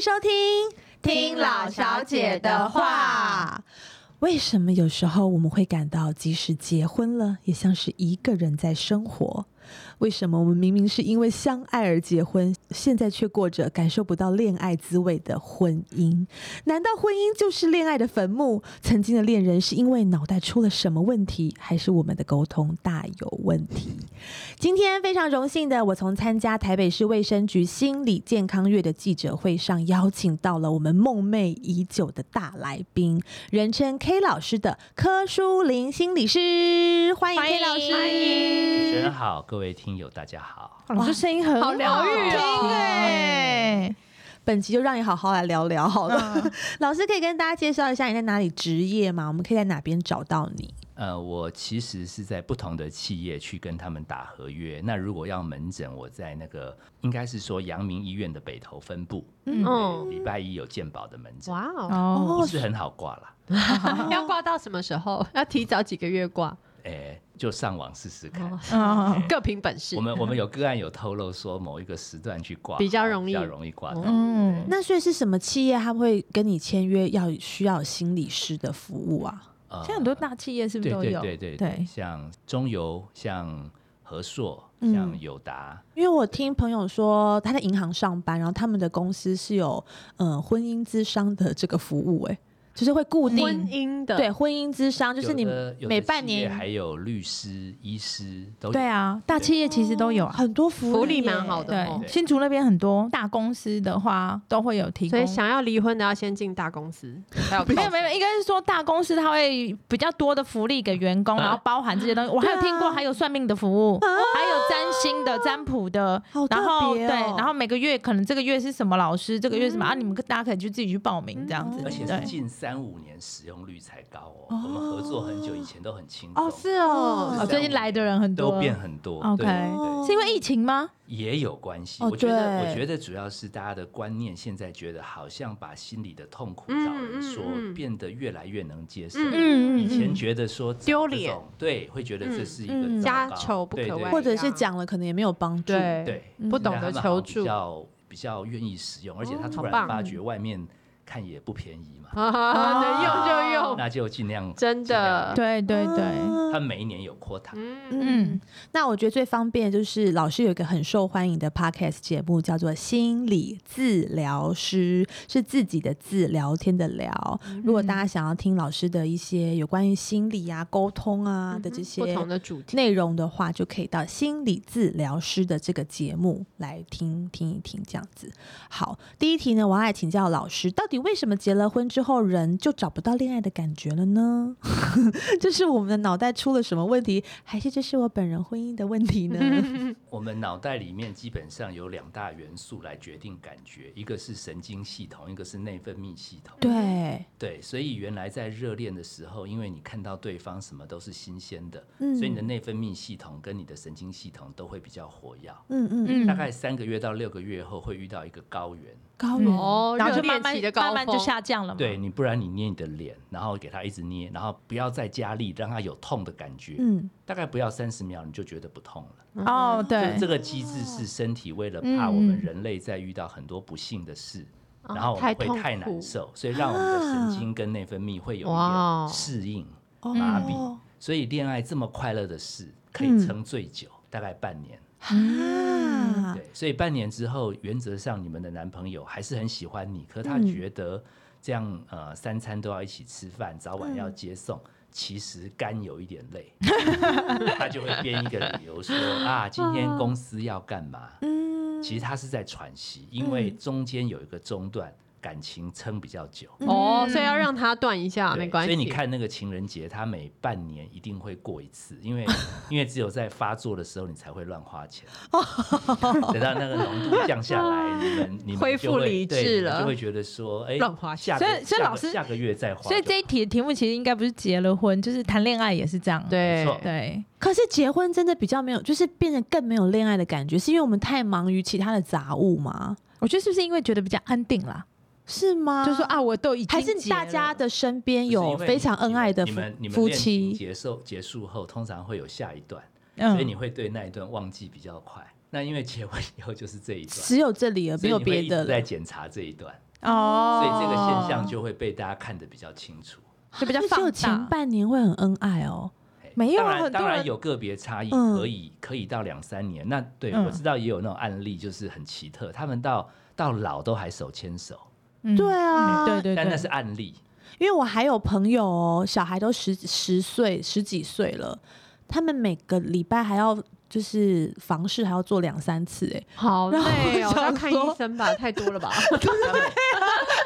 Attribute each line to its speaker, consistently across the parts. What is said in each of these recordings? Speaker 1: 收听《
Speaker 2: 听老小姐的话》。
Speaker 1: 为什么有时候我们会感到，即使结婚了，也像是一个人在生活？为什么我们明明是因为相爱而结婚，现在却过着感受不到恋爱滋味的婚姻？难道婚姻就是恋爱的坟墓？曾经的恋人是因为脑袋出了什么问题，还是我们的沟通大有问题？今天非常荣幸的，我从参加台北市卫生局心理健康月的记者会上，邀请到了我们梦寐已久的大来宾，人称 K 老师的柯淑玲心理师，欢迎 K 老师。
Speaker 2: 欢迎
Speaker 3: 主持人好，各位听友大家好。
Speaker 2: 老师声音很好
Speaker 4: 疗愈
Speaker 2: 听
Speaker 4: 哦
Speaker 2: 哎，
Speaker 1: 本集就让你好好来聊聊好了。
Speaker 2: 嗯
Speaker 1: 老师可以跟大家介绍一下你在哪里职业吗？我们可以在哪边找到你？
Speaker 3: 呃，我其实是在不同的企业去跟他们打合约。那如果要门诊，我在那个应该是说阳明医院的北投分部，
Speaker 1: 嗯
Speaker 4: 嗯，
Speaker 3: 礼拜一有健保的门诊，
Speaker 4: 哇哦，
Speaker 2: 哦，
Speaker 3: 不是很好挂啦。
Speaker 4: 要挂到什么时候？要提早几个月挂，
Speaker 3: 诶，哎就上网试试看
Speaker 4: 哦。
Speaker 2: 嗯
Speaker 4: 各凭本事
Speaker 3: 我。们我们有个案有透露说某一个时段去挂哦
Speaker 4: 比较容易
Speaker 3: 比较容易挂到。
Speaker 5: 哦
Speaker 2: 嗯，
Speaker 1: 那所以是什么企业他会跟你签约要需要有心理师的服务啊？
Speaker 3: 呃
Speaker 2: 现在很多大企业是不是
Speaker 3: 对
Speaker 2: 都
Speaker 3: 对
Speaker 2: 有？
Speaker 3: 对对对，像中油、像和硕、
Speaker 1: 嗯
Speaker 3: 像友达，
Speaker 1: 因为我听朋友说他在银行上班，然后他们的公司是有嗯、呃婚姻咨商的这个服务、欸，就是会固定
Speaker 4: 婚姻的
Speaker 1: 对婚姻咨商，就是你
Speaker 3: 有的有的
Speaker 1: 每半
Speaker 3: 企业
Speaker 1: 年
Speaker 3: 还有律师、医师都有
Speaker 2: 对啊，大企业其实都有啊。
Speaker 1: 很多福
Speaker 4: 哦福利
Speaker 1: 耶
Speaker 4: 蛮好的
Speaker 2: 对
Speaker 4: 哦，
Speaker 3: 对
Speaker 2: 新竹那边很多大公司的话都会有提
Speaker 4: 所以
Speaker 2: 供。
Speaker 4: 想要离婚的要先进大公司，还有
Speaker 2: 没有没有，应该是说大公司它会比较多的福利给员工，
Speaker 3: 啊
Speaker 2: 然后包含这些东西。我还有听过，还有算命的服务，还有占星的、占卜的
Speaker 1: 好，特
Speaker 2: 然后
Speaker 1: 别哦
Speaker 2: 对，然后每个月可能这个月是什么老师，这个月什么啊，你们大家可以去自己去报名这样子。
Speaker 3: 而且
Speaker 2: 对
Speaker 3: 是近三五年使用率才高哦。我们合作很久，以前都很轻松，
Speaker 4: 哦，是哦，
Speaker 2: 哦，最近来的人很多，
Speaker 3: 都变很多。
Speaker 2: OK
Speaker 3: 对对
Speaker 1: 哦
Speaker 3: 对，
Speaker 2: 是因为疫情吗？
Speaker 3: 也有关系。
Speaker 1: 哦
Speaker 3: 我觉得，
Speaker 1: 对
Speaker 3: 我觉得主要是大家的观念现在觉得好像把心里的痛苦找人说
Speaker 4: 嗯嗯嗯，
Speaker 3: 变得越来越能接受。
Speaker 2: 嗯
Speaker 3: 以前觉得说
Speaker 4: 丢脸
Speaker 3: 这种，对，会觉得这是一个
Speaker 1: 嗯嗯
Speaker 3: 糟糕
Speaker 4: 家丑不可
Speaker 3: 对对
Speaker 4: 外
Speaker 1: 或者是讲了可能也没有帮助，
Speaker 4: 对
Speaker 3: 对，嗯
Speaker 4: 不懂得求助
Speaker 3: 比，较比较愿意使用，而且他突
Speaker 4: 哦好
Speaker 3: 然
Speaker 4: 棒
Speaker 3: 发觉外面看也不便宜嘛，
Speaker 4: 啊能用就用，
Speaker 3: 那就尽量
Speaker 4: 真的。
Speaker 2: 对对对，
Speaker 1: 啊
Speaker 3: 尽量。他每一年有扩大，
Speaker 4: 嗯，
Speaker 1: 嗯，那我觉得最方便的就是老师有一个很受欢迎的 podcast 节目，叫做《心理治疗师》，是自己的治聊天的聊。如果
Speaker 4: 嗯
Speaker 1: 大家想要听老师的一些有关于心理啊、沟通啊的这
Speaker 4: 嗯不
Speaker 1: 些
Speaker 4: 同的主题，
Speaker 1: 内容的话，就可以到心理治疗师的这个节目来听听一听，这样子。好，第一题呢，我要来请教老师，到底为什么结了婚之后人就找不到恋爱的感觉了呢？ 这是我们的脑袋出了什么问题，还是这是我本人婚姻的问题呢？
Speaker 3: 我们脑袋里面基本上有两大元素来决定感觉，一个是神经系统，一个是内分泌系统。
Speaker 1: 对，
Speaker 3: 对，所以原来在热恋的时候，因为你看到对方什么都是新鲜的，
Speaker 1: 嗯
Speaker 3: 所以你的内分泌系统跟你的神经系统都会比较活跃。
Speaker 1: 嗯嗯，嗯
Speaker 2: 嗯
Speaker 3: 大概三个月到六个月后会遇到一个高原，
Speaker 1: 高
Speaker 2: 嗯
Speaker 1: 原、
Speaker 4: 哦
Speaker 2: 然后就
Speaker 4: 热恋
Speaker 2: 慢慢
Speaker 4: 期的高
Speaker 2: 慢慢就
Speaker 4: 峰
Speaker 2: 下降了嘛。
Speaker 3: 对你，不然你捏你的脸，然后给他一直捏，然后不要再加力，让他有痛的感觉。
Speaker 1: 嗯，
Speaker 3: 大概不要三十秒，你就觉得不痛了。
Speaker 2: 哦，对，
Speaker 3: 这个机制是身体为了怕我
Speaker 2: 嗯
Speaker 3: 们人类在遇到很多不幸的事，然后我们会太难受，所以让我们的神经跟内分泌会有一
Speaker 4: 哇哦
Speaker 3: 点适应。
Speaker 1: 哦
Speaker 3: 麻痹所以恋爱这么快乐的事可以撑最久，大概半年。
Speaker 1: 啊，
Speaker 3: 对，所以半年之后，原则上你们的男朋友还是很喜欢你，可是他
Speaker 1: 嗯
Speaker 3: 觉得这样、呃三餐都要一起吃饭，早晚
Speaker 1: 嗯
Speaker 3: 要接送，其实肝有一点累，他就会编一个理由 说啊，今天公司要干嘛？
Speaker 1: 嗯，
Speaker 3: 其实他是在喘息，因为中间有一个中断，感情撑比较久。
Speaker 4: 哦，所以要让他断一下，
Speaker 3: 对
Speaker 4: 没关系。
Speaker 3: 所以你看那个情人节，他每半年一定会过一次，因为因为只有在发作的时候，你才会乱花钱。等到那个浓度降下来，你们你们
Speaker 4: 恢复
Speaker 3: 就会
Speaker 4: 理
Speaker 3: 对
Speaker 4: 智
Speaker 3: 你们
Speaker 4: 了
Speaker 3: 就会觉得说，哎，
Speaker 4: 乱花钱
Speaker 3: 下个
Speaker 2: 所以所以
Speaker 3: 下个
Speaker 2: 老师
Speaker 3: 下个月再花就好。
Speaker 2: 所以这一题的题目其实应该不是结了婚，就是谈恋爱也是这样。
Speaker 4: 对
Speaker 3: 没错
Speaker 2: 对，
Speaker 1: 可是结婚真的比较没有，就是变得更没有恋爱的感觉，是因为我们太忙于其他的杂物吗？
Speaker 2: 我觉得是不是因为觉得比较安定啦？
Speaker 1: 是吗？
Speaker 2: 就是说啊，我都已经
Speaker 1: 还是大家的身边
Speaker 3: 就是因
Speaker 1: 有
Speaker 3: 为
Speaker 1: 非常恩爱的
Speaker 3: 你
Speaker 1: 夫
Speaker 3: 们你们
Speaker 1: 夫
Speaker 3: 恋情
Speaker 1: 妻，
Speaker 3: 结束结束后，通常会有下一段，
Speaker 2: 结了，
Speaker 5: 嗯
Speaker 3: 所以你会对那一段忘记比较快。那因为结婚以后就是这一段，
Speaker 1: 只有这里了，
Speaker 3: 所
Speaker 1: 没
Speaker 3: 以
Speaker 1: 有
Speaker 3: 你会
Speaker 1: 别
Speaker 3: 一
Speaker 1: 的
Speaker 3: 直在
Speaker 1: 了。
Speaker 3: 检查这一段。
Speaker 5: 哦
Speaker 3: 所以这个现象就会被大家看得比较清楚。
Speaker 5: 就比较
Speaker 1: 那只
Speaker 5: 放
Speaker 1: 有
Speaker 5: 大。
Speaker 1: 前半年会很恩爱哦，
Speaker 3: 嘿
Speaker 5: 没有
Speaker 3: 哎当
Speaker 5: 很
Speaker 3: 然
Speaker 5: 多
Speaker 3: 当然
Speaker 5: 人
Speaker 3: 有个别差异，
Speaker 1: 嗯
Speaker 3: 可以可以到两三年。那对
Speaker 5: 嗯
Speaker 3: 我知道也有那种案例，就是很奇特，他们到到老都还手牵手，
Speaker 2: 嗯
Speaker 1: 对啊，
Speaker 5: 对对
Speaker 3: 但那
Speaker 5: 对
Speaker 3: 是，案例。
Speaker 1: 因为我还有朋友哦，小孩都十十岁、十几岁了，他们每个礼拜还要就是房事还要做两三次，哎，
Speaker 4: 好
Speaker 1: 然后
Speaker 4: 累哦
Speaker 1: 我，想
Speaker 4: 要看医
Speaker 1: 说
Speaker 4: 生吧，太多了 吧？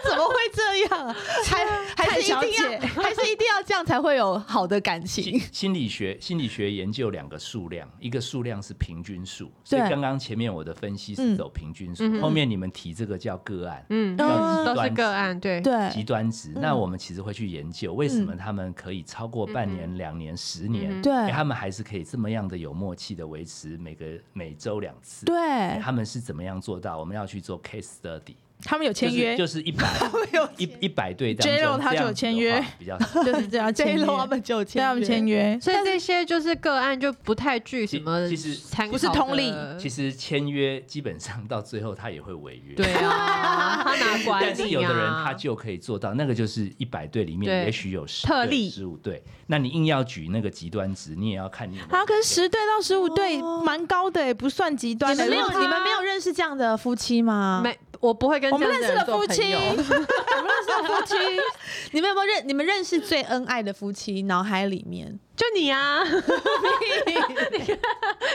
Speaker 1: 怎么会这样？ 还还是一定要，还是一定要这样才会有好的感
Speaker 3: 心
Speaker 1: 情。
Speaker 3: 心理学心理学研究两个数量，一个数量是平均数，所以
Speaker 1: 对
Speaker 3: 刚刚前面我的分析
Speaker 1: 嗯
Speaker 3: 是走平均数，
Speaker 4: 嗯嗯
Speaker 3: 后面你们提这个叫个案，
Speaker 4: 嗯，
Speaker 3: 叫
Speaker 1: 嗯
Speaker 3: 极
Speaker 4: 都是
Speaker 3: 端
Speaker 4: 个
Speaker 3: 值。
Speaker 4: 案，对，
Speaker 3: 极
Speaker 1: 对
Speaker 3: 端值，
Speaker 1: 嗯
Speaker 3: 那我们其实会去研究为什么
Speaker 1: 嗯
Speaker 3: 他们可以超过半年、两年、十
Speaker 4: 嗯
Speaker 3: 年，哎
Speaker 1: 对
Speaker 3: 他们还是可以这么样的有默契的维持每个每周两次。哎
Speaker 1: 对，
Speaker 3: 他们是怎么样做到？我们要去做 case study，
Speaker 5: 他们有
Speaker 3: 就
Speaker 5: 签约
Speaker 3: 是，就是一百 一一百对当
Speaker 5: J-Lo
Speaker 3: 中，
Speaker 5: 他就有
Speaker 3: 这样子的
Speaker 5: 签约
Speaker 3: 话比较
Speaker 5: 就是这 样签约，
Speaker 1: J-Lo 他们就有
Speaker 5: 对他们签
Speaker 1: 约，
Speaker 5: 约，
Speaker 4: 所以这些就是个案，就不太具什么
Speaker 3: 其其实
Speaker 4: 参考的，
Speaker 5: 不是同理
Speaker 3: 其实签约基本上到最后他也会违约。
Speaker 4: 对 啊，他哪管你啊？
Speaker 3: 但是有的人他就可以做到，那个就是一百对里面
Speaker 4: 对
Speaker 3: 也许有十
Speaker 4: 特例
Speaker 3: 十五对。那你硬要举那个极端值，你也要看你有没有
Speaker 5: 啊，跟十对到十五对
Speaker 1: 哦
Speaker 5: 蛮高
Speaker 2: 欸
Speaker 5: 的哎，不算极端
Speaker 1: 你
Speaker 5: 的。
Speaker 1: 们没有
Speaker 5: 如果
Speaker 1: 你们没有认识这样的夫妻吗？
Speaker 4: 没，我不会跟
Speaker 5: 嗯我
Speaker 4: 这
Speaker 5: 们
Speaker 4: 样的
Speaker 5: 认识
Speaker 4: 人
Speaker 5: 的
Speaker 4: 做
Speaker 5: 夫
Speaker 4: 朋
Speaker 5: 妻，
Speaker 4: 友
Speaker 5: 我们认识的夫妻，
Speaker 1: 你们有没有认？你们认识最恩爱的夫妻？脑海里面
Speaker 4: 就你啊，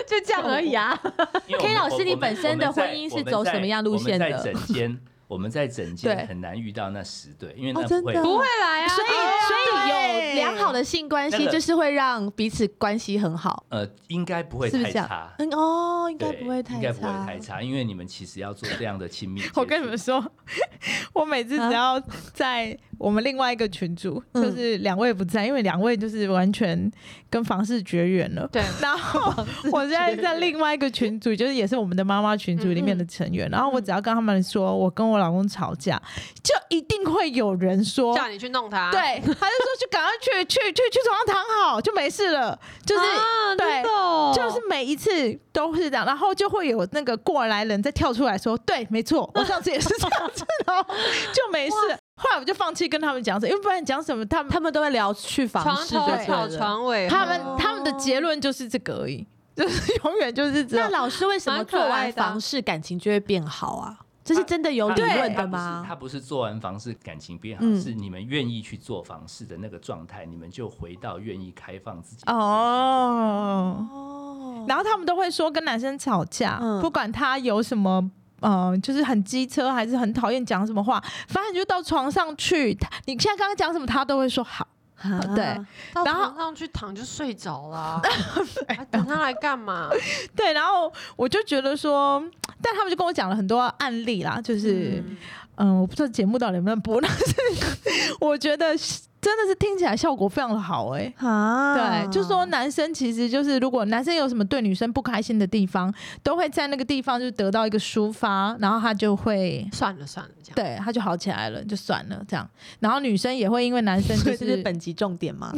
Speaker 4: 就这样而已啊。
Speaker 3: 因为我
Speaker 1: K
Speaker 3: 们
Speaker 1: 老师
Speaker 3: 我们
Speaker 1: 你本身的
Speaker 3: 我们在
Speaker 1: 婚姻是走什么样路线
Speaker 3: 我们
Speaker 1: 的
Speaker 3: 在整间， 我们在整
Speaker 1: 对
Speaker 3: 间很难遇到那十对，因为
Speaker 1: 哦
Speaker 3: 那
Speaker 1: 真
Speaker 3: 不会
Speaker 1: 的
Speaker 4: 不会
Speaker 5: 哎
Speaker 4: 来啊，
Speaker 1: 所以所以有良好的性关系，
Speaker 3: 那个
Speaker 1: 就是会让彼此关系很好，
Speaker 3: 呃，应该不会
Speaker 1: 是不
Speaker 3: 太
Speaker 1: 是这样
Speaker 3: 差？。
Speaker 1: 嗯哦，应该
Speaker 3: 对，
Speaker 1: 不会太
Speaker 3: 应该不会
Speaker 1: 差
Speaker 3: 太。差，因为你们其实要做这样的亲密接 触。
Speaker 5: 我跟你们说， 我每次
Speaker 4: 啊
Speaker 5: 只要在我们另外一个群组，
Speaker 1: 嗯
Speaker 5: 就是两位不在，因为两位就是完全跟房事绝缘了。
Speaker 4: 对，
Speaker 5: 然后我现在在另外一个群组，就是也是我们的妈妈群组里
Speaker 4: 嗯
Speaker 5: 面的成员。然后我只要跟他们说我跟我老公吵架，就一定会有人说，
Speaker 4: 叫你去弄他。
Speaker 5: 对，他就说去赶快去去去去床上躺好，就没事了，就是。
Speaker 4: 啊，
Speaker 5: 对
Speaker 4: 真的哦
Speaker 5: 就是每一次都是这样，然后就会有那个过来人再跳出来说：“对，没错，我上次也是这样子，然后就没事。”后来我就放弃跟他们讲什么，因为不然讲什么他们
Speaker 1: 他们都会聊去房
Speaker 4: 床
Speaker 1: 事就
Speaker 4: 头
Speaker 1: 对
Speaker 4: 吵
Speaker 1: 了。
Speaker 4: 床尾和，
Speaker 5: 他们哦他们的结论就是这个而已，就是永远就是这
Speaker 1: 那
Speaker 5: 样。
Speaker 1: 老师为什么
Speaker 4: 蛮可
Speaker 1: 做
Speaker 4: 爱的啊
Speaker 1: 完房事感情就会变好啊？这是真的有理
Speaker 3: 他
Speaker 1: 论的
Speaker 3: 他不是他
Speaker 1: 吗？
Speaker 3: 不是做完房事感情变好，
Speaker 1: 嗯
Speaker 3: 是你们愿意去做房事的那个状态，你们就回到愿意开放自己。
Speaker 5: 哦，
Speaker 1: 哦
Speaker 5: 然后他们都会说跟男生吵架，
Speaker 1: 嗯
Speaker 5: 不管他有什么。呃，就是很机车，还是很讨厌讲什么话，反正你就到床上去。他你现在刚刚讲什么，他都会说好。
Speaker 1: 后
Speaker 5: 对
Speaker 4: 到
Speaker 5: 然后
Speaker 4: 床上去躺就睡着 了，还等他来干嘛？
Speaker 5: 对，然后我就觉得说，但他们就跟我讲了很多案例啦，就是
Speaker 4: 嗯
Speaker 5: 嗯、呃我不知道节目到底能不能播，但是 我觉得是真的是听起来效果非常的好哎、
Speaker 1: 啊
Speaker 5: 对，就说男生其实就是，如果男生有什么对女生不开心的地方，都会在那个地方就得到一个抒发，然后他就会
Speaker 4: 算了算了，这样。
Speaker 5: 对他就好起来了，就算了这样。然后女生也会因为 男生
Speaker 1: 所
Speaker 5: 就
Speaker 1: 以这
Speaker 5: 是
Speaker 1: 是本集重点 吗？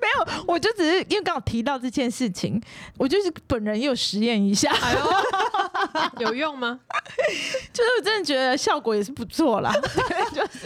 Speaker 5: 没有，我就只是因为刚好提到这件事情，我就是本人也有实验一下，
Speaker 4: 哎呦，有用吗？
Speaker 5: 就是我真的觉得效果也是不错 啦。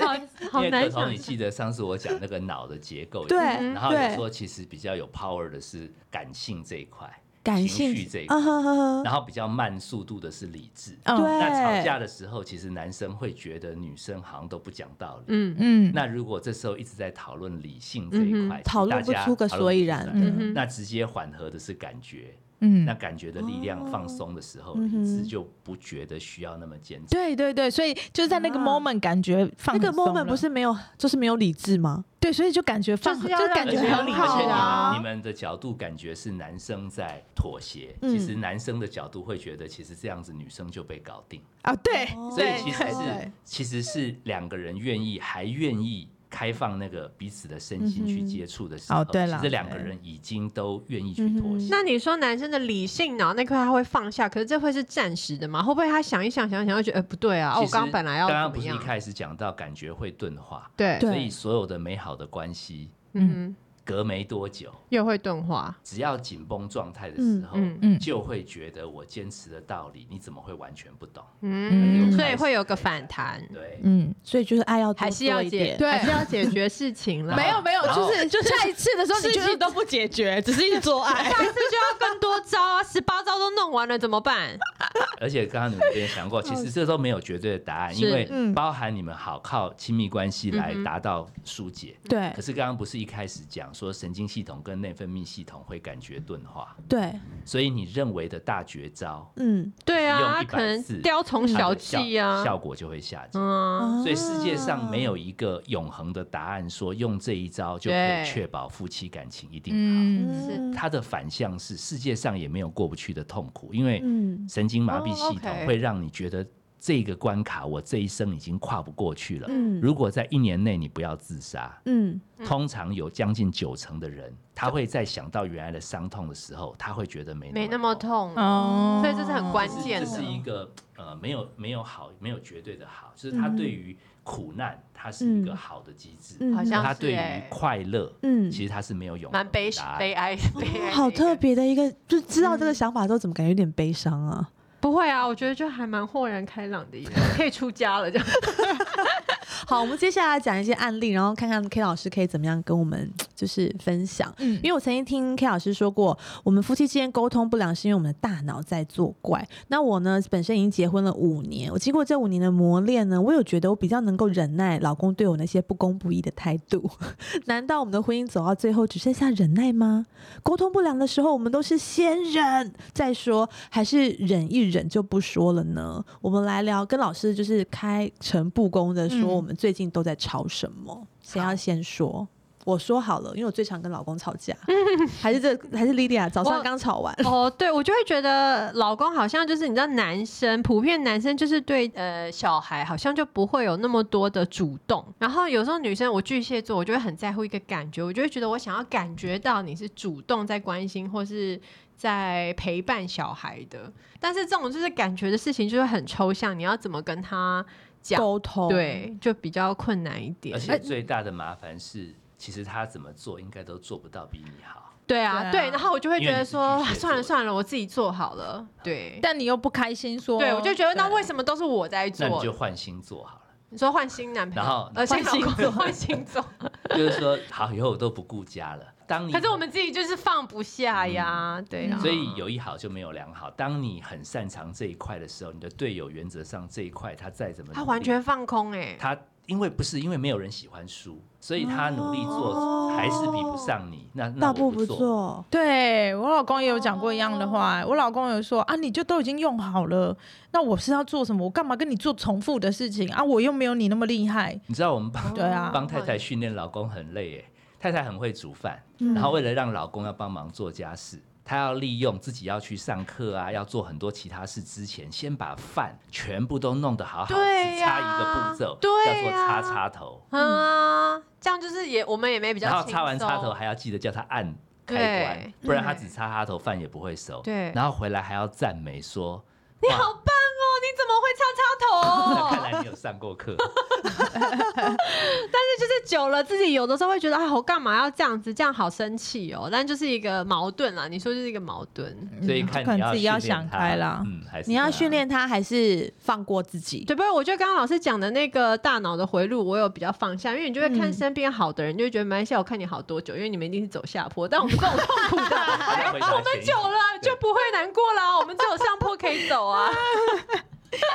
Speaker 4: 好
Speaker 3: 因
Speaker 4: 好
Speaker 3: 为
Speaker 4: 难
Speaker 3: 可
Speaker 4: 想
Speaker 3: 彤，你记得上次我讲那个脑的结构，
Speaker 1: 对
Speaker 4: 嗯
Speaker 3: 然后
Speaker 1: 对
Speaker 3: 你说其实比较有 power 的是感性这一块，
Speaker 1: 感
Speaker 3: 情
Speaker 1: 性
Speaker 3: 绪这一块
Speaker 1: 啊，哈哈哈
Speaker 3: 然后比较慢速度的是理智。
Speaker 5: 嗯
Speaker 1: 哦对
Speaker 3: 那吵架的时候，其实男生会觉得女生好像都不讲道理。
Speaker 4: 嗯，
Speaker 5: 嗯，
Speaker 3: 那如果这时候一直在讨论理性这一块，
Speaker 4: 嗯哼
Speaker 3: 其实
Speaker 1: 讨论
Speaker 3: 大家
Speaker 1: 不出个
Speaker 3: 讨论不
Speaker 1: 所以然
Speaker 3: 出来
Speaker 5: 嗯
Speaker 4: 哼
Speaker 3: 那直接缓和的是感觉，
Speaker 5: 嗯
Speaker 3: 那感觉的力量放松的时候，理智就不觉得需要那么坚持。
Speaker 5: 对对对，所以就是在那个
Speaker 1: 啊
Speaker 5: moment 感觉放
Speaker 1: 那个
Speaker 5: 很松
Speaker 1: moment
Speaker 5: 了
Speaker 1: 不是没有，就是没有理智吗？
Speaker 5: 对，所以就感觉放
Speaker 4: 就是要让
Speaker 5: 感
Speaker 3: 而
Speaker 5: 觉
Speaker 3: 且
Speaker 4: 人
Speaker 5: 很
Speaker 3: 你
Speaker 5: 好
Speaker 3: 而且你们
Speaker 5: 啊
Speaker 3: 你。们的角度感觉是男生在妥协，
Speaker 1: 嗯
Speaker 3: 其实男生的角度会觉得，其实这样子女生就被搞定，
Speaker 5: 啊，对
Speaker 1: 哦，
Speaker 3: 所以
Speaker 5: 对
Speaker 3: 其实
Speaker 5: 对
Speaker 3: 是
Speaker 5: 对
Speaker 3: 其实是两个人愿意还愿意开放那个彼此的身心去
Speaker 1: 嗯哼
Speaker 3: 接触的时候，
Speaker 5: 哦对啦
Speaker 3: 其实两个
Speaker 5: 对嗯
Speaker 3: 人已经都愿意去妥协。
Speaker 4: 那你说男生的理性脑那块他会放下，可是这会是暂时的吗？会不会他想一想想一想，又觉得呃不对啊，哦
Speaker 3: 其
Speaker 4: 我
Speaker 3: 实
Speaker 4: 刚刚本来要
Speaker 3: 刚刚
Speaker 4: 怎
Speaker 3: 不
Speaker 4: 么
Speaker 3: 是一
Speaker 4: 样？
Speaker 3: 开始讲到感觉会钝化，
Speaker 4: 对
Speaker 1: 对
Speaker 3: 所以所有的美好的关系
Speaker 4: 嗯，
Speaker 3: 隔没多久，
Speaker 4: 又会钝化。
Speaker 3: 只要紧绷状态的时候，
Speaker 4: 嗯
Speaker 5: 嗯
Speaker 3: 就会觉得我坚持的道理你怎么会完全不懂？
Speaker 4: 嗯，
Speaker 5: 嗯
Speaker 4: 所以会有个反弹，
Speaker 3: 对，
Speaker 5: 嗯，
Speaker 1: 所以就是爱要多
Speaker 4: 还是要
Speaker 1: 做一
Speaker 4: 解
Speaker 1: 点，
Speaker 4: 还是要解决事情了。
Speaker 5: 没有没有，
Speaker 3: 然后
Speaker 5: 就是哦就是下一次的时候，你
Speaker 1: 事
Speaker 5: 就
Speaker 1: 情
Speaker 5: 是
Speaker 1: 都不解决，只是一直做爱。
Speaker 4: 下次就要更多招啊，十八招都弄完了怎么 办？
Speaker 3: 而且刚刚你们也 想过，其实这都没有绝对的答案，
Speaker 4: 哦是
Speaker 3: 因为
Speaker 1: 嗯
Speaker 3: 包含你们好靠亲密关系来
Speaker 4: 嗯哼
Speaker 3: 达到疏解。
Speaker 1: 对
Speaker 3: 可是刚刚不是一开始讲说神经系统跟内分泌系统会感觉钝化，
Speaker 1: 对，
Speaker 3: 所以你认为的大绝招，
Speaker 1: 嗯，
Speaker 4: 对啊，
Speaker 3: 用140
Speaker 4: 可能雕虫
Speaker 3: 它
Speaker 4: 小
Speaker 3: 的效
Speaker 4: 技啊，
Speaker 3: 效果就会下降。
Speaker 4: 嗯，
Speaker 1: 啊
Speaker 3: 所以世界上没有一个永恒的答案，说用这一招就可
Speaker 4: 对
Speaker 3: 以确保夫妻感情一定好。
Speaker 5: 嗯
Speaker 4: 是
Speaker 1: 嗯
Speaker 3: 它的反向是世界上也没有过不去的痛苦，因为
Speaker 1: 嗯
Speaker 3: 神经麻痹
Speaker 4: 哦
Speaker 3: 系
Speaker 4: ，OK
Speaker 3: 统会让你觉得这个关卡我这一生已经跨不过去了。
Speaker 1: 嗯
Speaker 3: 如果在一年内你不要自杀，
Speaker 1: 嗯
Speaker 3: 通常有将近九成的人，他会在想到原来的伤痛的时候，他会觉得没
Speaker 4: 没那么。痛，
Speaker 5: 哦
Speaker 4: 所以这是很关
Speaker 3: 这是
Speaker 4: 键
Speaker 3: 这
Speaker 4: 的。
Speaker 3: 是一个呃，没有没有好，没有绝对的好，就是他对于苦难，它是一个
Speaker 1: 嗯
Speaker 3: 好的机制。
Speaker 1: 嗯，
Speaker 4: 好像
Speaker 3: 他对于
Speaker 4: 欸
Speaker 3: 快乐，
Speaker 1: 嗯
Speaker 3: 其实他是没有永恒
Speaker 4: 蛮悲
Speaker 3: 的答案
Speaker 4: 悲哀悲哀，
Speaker 1: 好特。别的一个，就知道这个想法之后，怎么感觉有点悲伤啊？
Speaker 4: 不会啊，我觉得就还蛮豁然开朗的一个， 可以出家了，就
Speaker 1: 好，我们接下来讲一些案例，然后看看 K 老师可以怎么样跟我们就是分享。
Speaker 5: 嗯
Speaker 1: 因为我曾经听 K 老师说过，我们夫妻之间沟通不良是因为我们的大脑在作怪。那我呢，本身已经结婚了五年，我经过这五年的磨练呢，我有觉得我比较能够忍耐老公对我那些不公不义的态度。 难道我们的婚姻走到最后只剩下忍耐吗？沟通不良的时候，我们都是先忍再说，还是忍一忍就不说了呢？我们来聊，跟老师就是开诚布公的说，
Speaker 5: 嗯
Speaker 1: 我们最近都在吵什么？谁要先说？我说好了，因为我最常跟老公吵架， 还是这还是 Lydia 早上
Speaker 4: 我
Speaker 1: 刚吵完，
Speaker 4: 哦，对，我就会觉得老公好像就是你知道，男生普遍男生就是对呃小孩好像就不会有那么多的主动，然后有时候女生我巨蟹座，我就会很在乎一个感觉，我就会觉得我想要感觉到你是主动在关心或是。在陪伴小孩的，但是这种就是感觉的事情，就是很抽象，你要怎么跟他讲？
Speaker 1: 沟通，
Speaker 4: 对，就比较困难一点
Speaker 3: 而。且最大的麻烦是，其实他怎么做应该都做不到比你好。
Speaker 4: 对啊，
Speaker 5: 对啊
Speaker 4: 对，然后我就会
Speaker 3: 因
Speaker 4: 觉
Speaker 3: 为
Speaker 4: 得
Speaker 3: 你是巨
Speaker 4: 说，
Speaker 3: 蟹
Speaker 4: 啊
Speaker 3: 座
Speaker 4: 算了
Speaker 3: 的
Speaker 4: 算了，我自己做好了。对，
Speaker 5: 但你又不开心说，
Speaker 4: 对，我就觉得那
Speaker 5: 对
Speaker 4: 为什么都是我在做
Speaker 3: 那？你就换星 座好了，
Speaker 4: 你说换新男朋友，
Speaker 3: 然后
Speaker 4: 呃，新
Speaker 3: 换
Speaker 4: 老公换星座，
Speaker 3: 就是说好以后我都不顾家了。当 你嗯
Speaker 4: 可是我们自己就是放不下呀，对啊。
Speaker 3: 所以有一好就没有两好。当你很擅长这一块的时候，你的队友原则上这一块他再怎么努力
Speaker 4: 他完全放空哎，
Speaker 3: 他因为不是因为没有人喜欢输，所以
Speaker 4: 哦
Speaker 3: 他努力做还是比不上你。那那
Speaker 1: 大
Speaker 3: 我
Speaker 1: 步
Speaker 3: 不
Speaker 1: 不
Speaker 3: 做，
Speaker 1: 做，
Speaker 5: 对我老公也有讲过一样的话、我老公有说啊，你就都已经用好了，那我是要做什么？我干嘛跟你做重复的事情啊？我又没有你那么厉害。
Speaker 3: 你知道我们帮
Speaker 5: 对啊
Speaker 3: 帮太太训练老公很累耶，太太很会煮饭，
Speaker 1: 嗯
Speaker 3: 然后为了让老公要帮忙做家事。她要利用自己要去上课啊，要做很多其他事之前，先把饭全部都弄得好好，
Speaker 4: 对
Speaker 3: 只
Speaker 4: 呀
Speaker 3: 差一个步骤，
Speaker 4: 对
Speaker 3: 叫做
Speaker 4: 呀
Speaker 3: 擦插头。
Speaker 4: 嗯啊，这样就是也我们也没比较
Speaker 3: 然后
Speaker 4: 轻
Speaker 3: 插完插头
Speaker 4: 松
Speaker 3: 还要记得叫他按
Speaker 4: 对
Speaker 3: 开关，不然他
Speaker 4: 对嗯
Speaker 3: 只插插头饭也不会熟。
Speaker 4: 对
Speaker 3: 然后回来还要赞美说：“
Speaker 4: 你
Speaker 3: 哇
Speaker 4: 好棒哦，你怎么会
Speaker 3: 那
Speaker 4: 插插头？哦
Speaker 3: 看来你有上过课，
Speaker 4: 就是久了自己有的时候会觉得啊，我干嘛要这样子？这样好生气哦。但就是一个矛盾啦，你说就是一个矛盾。
Speaker 3: 所以
Speaker 5: 嗯
Speaker 3: 看
Speaker 5: 可
Speaker 3: 你
Speaker 5: 能自己要
Speaker 3: 训练
Speaker 5: 想
Speaker 3: 它
Speaker 5: 开啦
Speaker 3: 嗯，还是
Speaker 1: 你要
Speaker 3: 它
Speaker 1: 训。练他还是放过自己？
Speaker 4: 对，不过我觉得刚刚老师讲的那个大脑的回路，我有比较放下，因为你就会看身边好的人，就会觉得没关系，我看你好多久，因为你们一定是走下坡，但 我们这种痛苦的，哎
Speaker 3: 回答
Speaker 4: 我们
Speaker 3: 前一
Speaker 4: 久
Speaker 3: 题
Speaker 4: 了啊就不会难过啦，我们只有上坡可以走 啊。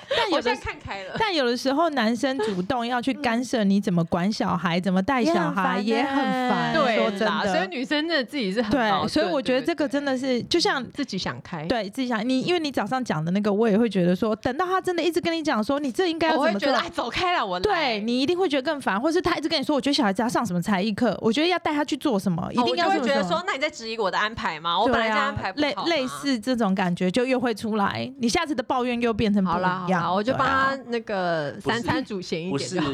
Speaker 5: 但
Speaker 4: 我
Speaker 5: 有
Speaker 4: 现
Speaker 5: 的
Speaker 4: 在看开 了，
Speaker 5: 但有的时候男生主动要去干涉你怎么管小孩、怎么带小孩，也
Speaker 1: 也
Speaker 5: 很
Speaker 1: 很烦
Speaker 5: 烦。
Speaker 1: 欸
Speaker 5: 说
Speaker 4: 对
Speaker 5: 真
Speaker 4: 啦，
Speaker 5: 的，
Speaker 4: 所以女生真的自己是很矛
Speaker 5: 对，
Speaker 4: 盾
Speaker 5: 所以我觉得这个真的是就像
Speaker 4: 自己想开，，
Speaker 5: 对自己想你，因为你早上讲的那个，我也会觉得说，等到他真的一直跟你讲说你这应该要
Speaker 4: 我
Speaker 5: 怎
Speaker 4: 会
Speaker 5: 么
Speaker 4: 觉
Speaker 5: 做
Speaker 4: 得，哎，走开了，我来
Speaker 5: 对。你一定会觉得更烦，或是他一直跟你说，我觉得小孩子要上什么才艺课，我觉得要带他去做什么，一
Speaker 4: 哦
Speaker 5: 定要
Speaker 4: 我
Speaker 5: 什
Speaker 4: 就会
Speaker 5: 么
Speaker 4: 觉
Speaker 5: 什
Speaker 4: 得
Speaker 5: 么
Speaker 4: 说，那你在质疑我的安排吗？我本来这样
Speaker 5: 对啊
Speaker 4: 安排不
Speaker 5: 类
Speaker 4: 好吗
Speaker 5: 类似这种感觉就又会出来，你下次的抱怨又变成不
Speaker 4: 好啦，
Speaker 5: 一
Speaker 4: 好
Speaker 5: 样。
Speaker 4: 啦，我就
Speaker 5: 对
Speaker 4: 帮
Speaker 5: 啊
Speaker 4: 他那个
Speaker 3: 不是
Speaker 4: 三餐主嫌一
Speaker 3: 不
Speaker 4: 点
Speaker 3: 是
Speaker 4: 就好。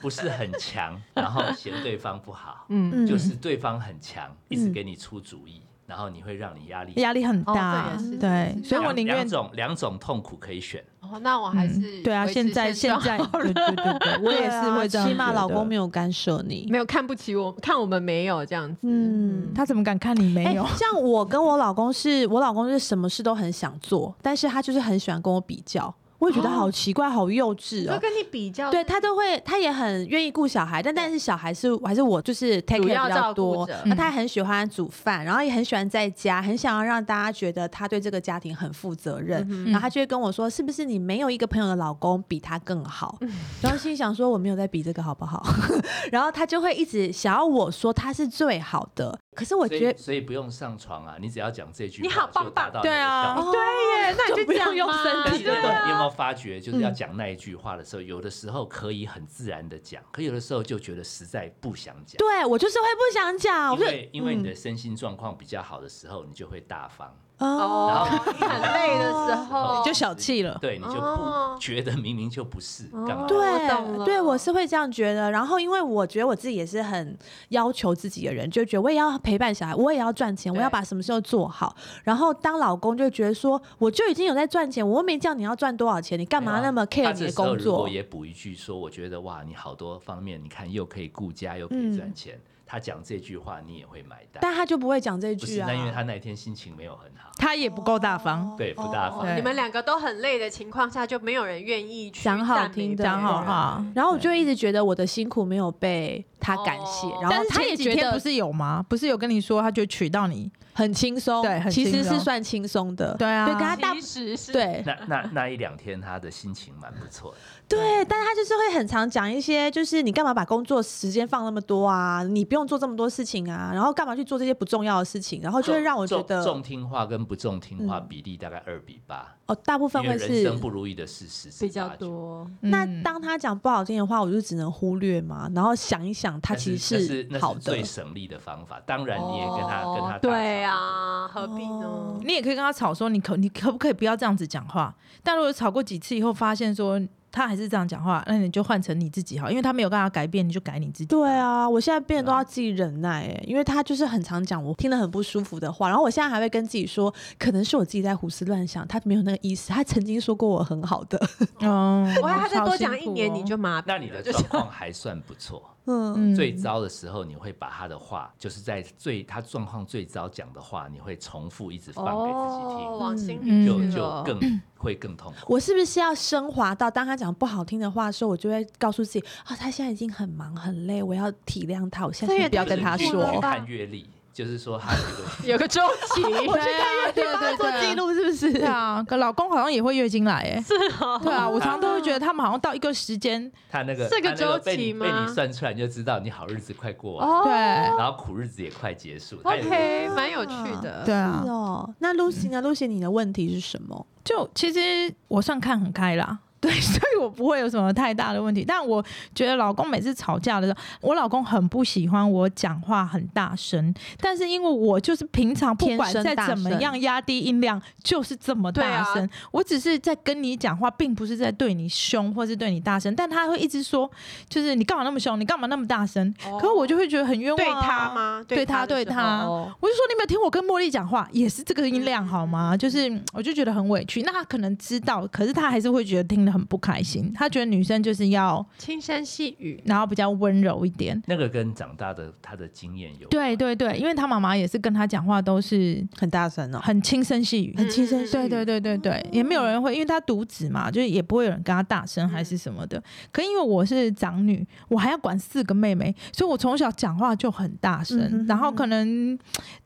Speaker 3: 不是 很强，然后嫌对方不好，
Speaker 4: 嗯，
Speaker 1: 嗯
Speaker 3: 就是对方很强，一直
Speaker 1: 嗯
Speaker 3: 给你出主意，然后你会让你压力。
Speaker 5: 压力很
Speaker 4: 哦
Speaker 5: 大
Speaker 4: 对也是，
Speaker 5: 对
Speaker 4: 是，
Speaker 5: 所以我
Speaker 3: 两
Speaker 5: 宁
Speaker 3: 两
Speaker 5: 愿
Speaker 3: 种两种痛苦可以选，
Speaker 4: 哦，那我还是
Speaker 5: 对啊，
Speaker 4: 维持
Speaker 5: 现在
Speaker 4: 现
Speaker 5: 现在对对对对，啊我也是会这样觉得。
Speaker 1: 啊起码老公没有干涉你。
Speaker 4: 没有看不起我，看我们没有这样子。
Speaker 1: 嗯，
Speaker 5: 他怎么敢看你没有？
Speaker 1: 哎像我跟我老公是，我老公是什么事都很想做，但是他就是很喜欢跟我比较，我也觉得好奇怪，好幼稚
Speaker 4: 就
Speaker 1: 哦。
Speaker 4: 跟你比较，
Speaker 1: 对他都会，他也很愿意顾小孩，但但是小孩是还是我就是 take
Speaker 4: 主
Speaker 1: care
Speaker 4: 要
Speaker 1: 比较
Speaker 4: 照
Speaker 1: 多
Speaker 4: 顾，者。
Speaker 3: 嗯
Speaker 1: 那他很喜欢煮饭，然后也很喜欢在家，很想要让大家觉得他对这个家庭很负责任。然后
Speaker 3: 嗯
Speaker 1: 他就会跟我说：“是不是你没有一个朋友的老公比他更好？”然后心里想说：“我没有在比这个好不好？” 然后他就会一直想要我说他是最好的。可是我
Speaker 3: 所
Speaker 1: 觉
Speaker 3: 以
Speaker 1: 得
Speaker 3: 所以不用上床啊，你只要讲这句话，
Speaker 4: 你好棒棒
Speaker 5: 对啊
Speaker 1: 哦
Speaker 3: 对。
Speaker 4: 对耶，那你
Speaker 1: 就不
Speaker 4: 就
Speaker 1: 用
Speaker 4: 讲
Speaker 1: 用
Speaker 4: 嘛
Speaker 1: 身
Speaker 3: 但
Speaker 1: 体
Speaker 3: 是
Speaker 1: 了
Speaker 4: 对啊
Speaker 3: 你有没有发觉，就是要讲那一句话的时候，有的时候可以很自然的讲，可有的时候就觉得实在不想讲。
Speaker 1: 对我就是会不想讲，我
Speaker 3: 因
Speaker 1: 就
Speaker 3: 为因为
Speaker 1: 嗯
Speaker 3: 你的身心状况比较好的时候，你就会大方，
Speaker 1: 哦，
Speaker 3: 然
Speaker 4: 哦
Speaker 3: 后，
Speaker 4: 你很累的时候
Speaker 3: 哦
Speaker 5: 就小气了。
Speaker 3: 对，你就
Speaker 4: 哦
Speaker 3: 不觉得明明就不是干嘛？
Speaker 4: 哦
Speaker 3: 对，
Speaker 4: 我懂
Speaker 1: 对，啊
Speaker 4: 了
Speaker 1: 对，我是会这样觉得。然后，因为我觉得我自己也是很要求自己的人，就觉得我也要陪伴小孩，我也要赚钱，我要把什么事都做好。然后，当老公就觉得说，我就已经有在赚钱，我又没叫你要赚多少钱，你干嘛那么 care
Speaker 3: 哎他
Speaker 1: 你
Speaker 3: 这
Speaker 1: 的
Speaker 3: 时候
Speaker 1: 工
Speaker 3: 如
Speaker 1: 作
Speaker 3: 果？也补一句说，我觉得哇，你好多方面，你看又可以顾家，又可以赚钱。他讲这句话，你也会买单。
Speaker 1: 但他就不会讲这
Speaker 3: 不
Speaker 1: 句
Speaker 3: 是，
Speaker 1: 啊
Speaker 3: 那。因为他那一天心情没有很好，
Speaker 5: 他也不够大方，
Speaker 3: 对，
Speaker 1: 哦
Speaker 3: 不大方。
Speaker 5: 对
Speaker 4: 哦你们两个都很累的情况下，就没有人愿意去
Speaker 1: 讲好
Speaker 4: 赞美
Speaker 1: 听的
Speaker 4: 别
Speaker 5: 讲好
Speaker 4: 人
Speaker 5: 话。
Speaker 1: 然后我就一直觉得我的辛苦没有被他感谢，
Speaker 4: 哦
Speaker 1: 然
Speaker 5: 但
Speaker 1: 后
Speaker 5: 是
Speaker 1: 他也
Speaker 5: 前几
Speaker 1: 觉
Speaker 5: 天不
Speaker 1: 得
Speaker 5: 是有吗？不是有跟你说他就娶到你？
Speaker 1: 很轻松，
Speaker 5: 对很
Speaker 1: 其实
Speaker 5: 轻松
Speaker 1: 是算轻松的，
Speaker 5: 对啊
Speaker 1: 对，跟他大
Speaker 4: 其实是
Speaker 1: 对
Speaker 3: 那那那一两天，他的心情蛮不错的。
Speaker 1: 对，但是他就是会很常讲一些，就是你干嘛把工作时间放那么多啊？你不用做这么多事情啊，然后干嘛去做这些不重要的事情？然后就会让我觉
Speaker 3: 重
Speaker 1: 得，
Speaker 3: 重听话跟不重听话
Speaker 1: 嗯
Speaker 3: 比例大概二比八、
Speaker 1: 哦，大部分
Speaker 3: 因为
Speaker 1: 会
Speaker 3: 人
Speaker 1: 是
Speaker 3: 生。不如意的事十之
Speaker 4: 比较
Speaker 3: 八九。
Speaker 4: 多。
Speaker 1: 那
Speaker 5: 嗯
Speaker 1: 当他讲不好听的话，我就只能忽略嘛，然后想一想，他
Speaker 3: 但
Speaker 1: 其
Speaker 3: 那
Speaker 1: 实
Speaker 3: 是那
Speaker 1: 好
Speaker 3: 是
Speaker 1: 的
Speaker 3: 最。省力的方法。当然，你也跟他、跟他
Speaker 4: 哦
Speaker 3: 大吵
Speaker 4: 对，啊，何必呢
Speaker 1: 哦？
Speaker 5: 你也可以跟他吵说，你可你可不可以不要这样子讲话？但如果吵过几次以后，发现说他还是这样讲话，那你就换成你自己好，因为他没有办法改变，你就改你自己。
Speaker 1: 对啊，我现在变得都要自己忍耐、欸，因为他就是很常讲我听了很不舒服的话，然后我现在还会跟自己说，可能是我自己在胡思乱想，他没有那个意思，他曾经说过我很好的，
Speaker 5: 嗯，
Speaker 4: 我要他再
Speaker 5: 好
Speaker 4: 多
Speaker 5: 辛
Speaker 4: 讲一
Speaker 5: 苦
Speaker 4: 年，
Speaker 5: 哦
Speaker 4: 你就麻痹了。
Speaker 3: 那你的
Speaker 4: 就是
Speaker 3: 状况还算不错。
Speaker 1: 嗯，
Speaker 5: 嗯
Speaker 3: 最糟的时候，你会把他的话，就是在最他状况最糟讲的话，你会重复一直放给自己听，
Speaker 4: 哦，往心
Speaker 5: 嗯
Speaker 4: 里
Speaker 3: 就
Speaker 4: 去
Speaker 3: 就
Speaker 4: 了
Speaker 3: 更会更痛苦。
Speaker 1: 我是不是要升华到当他讲不好听的话的时候，我就会告诉自己啊、他现在已经很忙很累，我要体谅他，我下
Speaker 4: 这
Speaker 1: 次
Speaker 4: 也
Speaker 1: 不要
Speaker 4: 太
Speaker 1: 跟他
Speaker 4: 离谱
Speaker 1: 说。啊
Speaker 4: 了
Speaker 3: 去
Speaker 4: 吧
Speaker 3: 看阅历，就是说他有一个
Speaker 4: 有个周期，
Speaker 5: 我去
Speaker 3: 啊
Speaker 5: 看月
Speaker 1: 啊
Speaker 5: 经，对
Speaker 1: 做记录是不是？
Speaker 5: 对啊， 可老公好像也会月经来哎、是哦，对啊，我常常都会觉得他们好像到一个时间，
Speaker 3: 他那个
Speaker 4: 这个
Speaker 3: 他那
Speaker 4: 周
Speaker 3: 被
Speaker 4: 期
Speaker 3: 你被
Speaker 4: 吗
Speaker 3: 你算出来，你就知道你好日子快过完，
Speaker 4: 哦。
Speaker 5: 对
Speaker 3: 然后苦日子也快结束。他有一个
Speaker 4: ，OK，蛮有趣的。
Speaker 5: 对啊
Speaker 1: 是，哦，那 Lucy 呢？Lucy，你的问题是什么？
Speaker 5: 就其实我算看很开啦， 对，所以我不会有什么太大的问题。但我觉得老公每次吵架的时候，我老公很不喜欢我讲话很大声，但是因为我就是平常不
Speaker 1: 天
Speaker 5: 管
Speaker 1: 生
Speaker 5: 再
Speaker 1: 大声
Speaker 5: 怎么样压低音量，就是这么大声。
Speaker 4: 对
Speaker 5: 我只是在跟你讲话，并不是在对你凶或是对你大声，但他会一直说，就是你干嘛那么凶，你干嘛那么大声？
Speaker 4: 哦
Speaker 5: 啊可是我就会觉得很冤枉、
Speaker 4: 对
Speaker 5: 啊。
Speaker 4: 他？吗？
Speaker 5: 对他
Speaker 4: 他的
Speaker 5: 对
Speaker 4: 时候，
Speaker 5: 他
Speaker 4: 哦
Speaker 5: 我就说你有没有听我跟茉莉讲话，也是这个音量好吗？就是嗯我就觉得很委屈。那他可能知道，可是他还是会觉得听得很不开心。他觉得女生就是要，
Speaker 4: 轻声细语。
Speaker 5: 然后比较温柔一点。
Speaker 3: 那个跟长大的他的经验有关
Speaker 5: 对对对，因为他妈妈也是跟他讲话都是
Speaker 1: 很大声哦，
Speaker 5: 很轻声细语，
Speaker 1: 很轻声细
Speaker 5: 对
Speaker 1: 语。
Speaker 5: 对对对对，也没有人会，因为他独子嘛，就是也不会有人跟他大声还
Speaker 1: 嗯
Speaker 5: 是什么的。可因为我是长女，我还要管四个妹妹，所以我从小讲话就很大声，
Speaker 1: 嗯哼
Speaker 5: 然后可能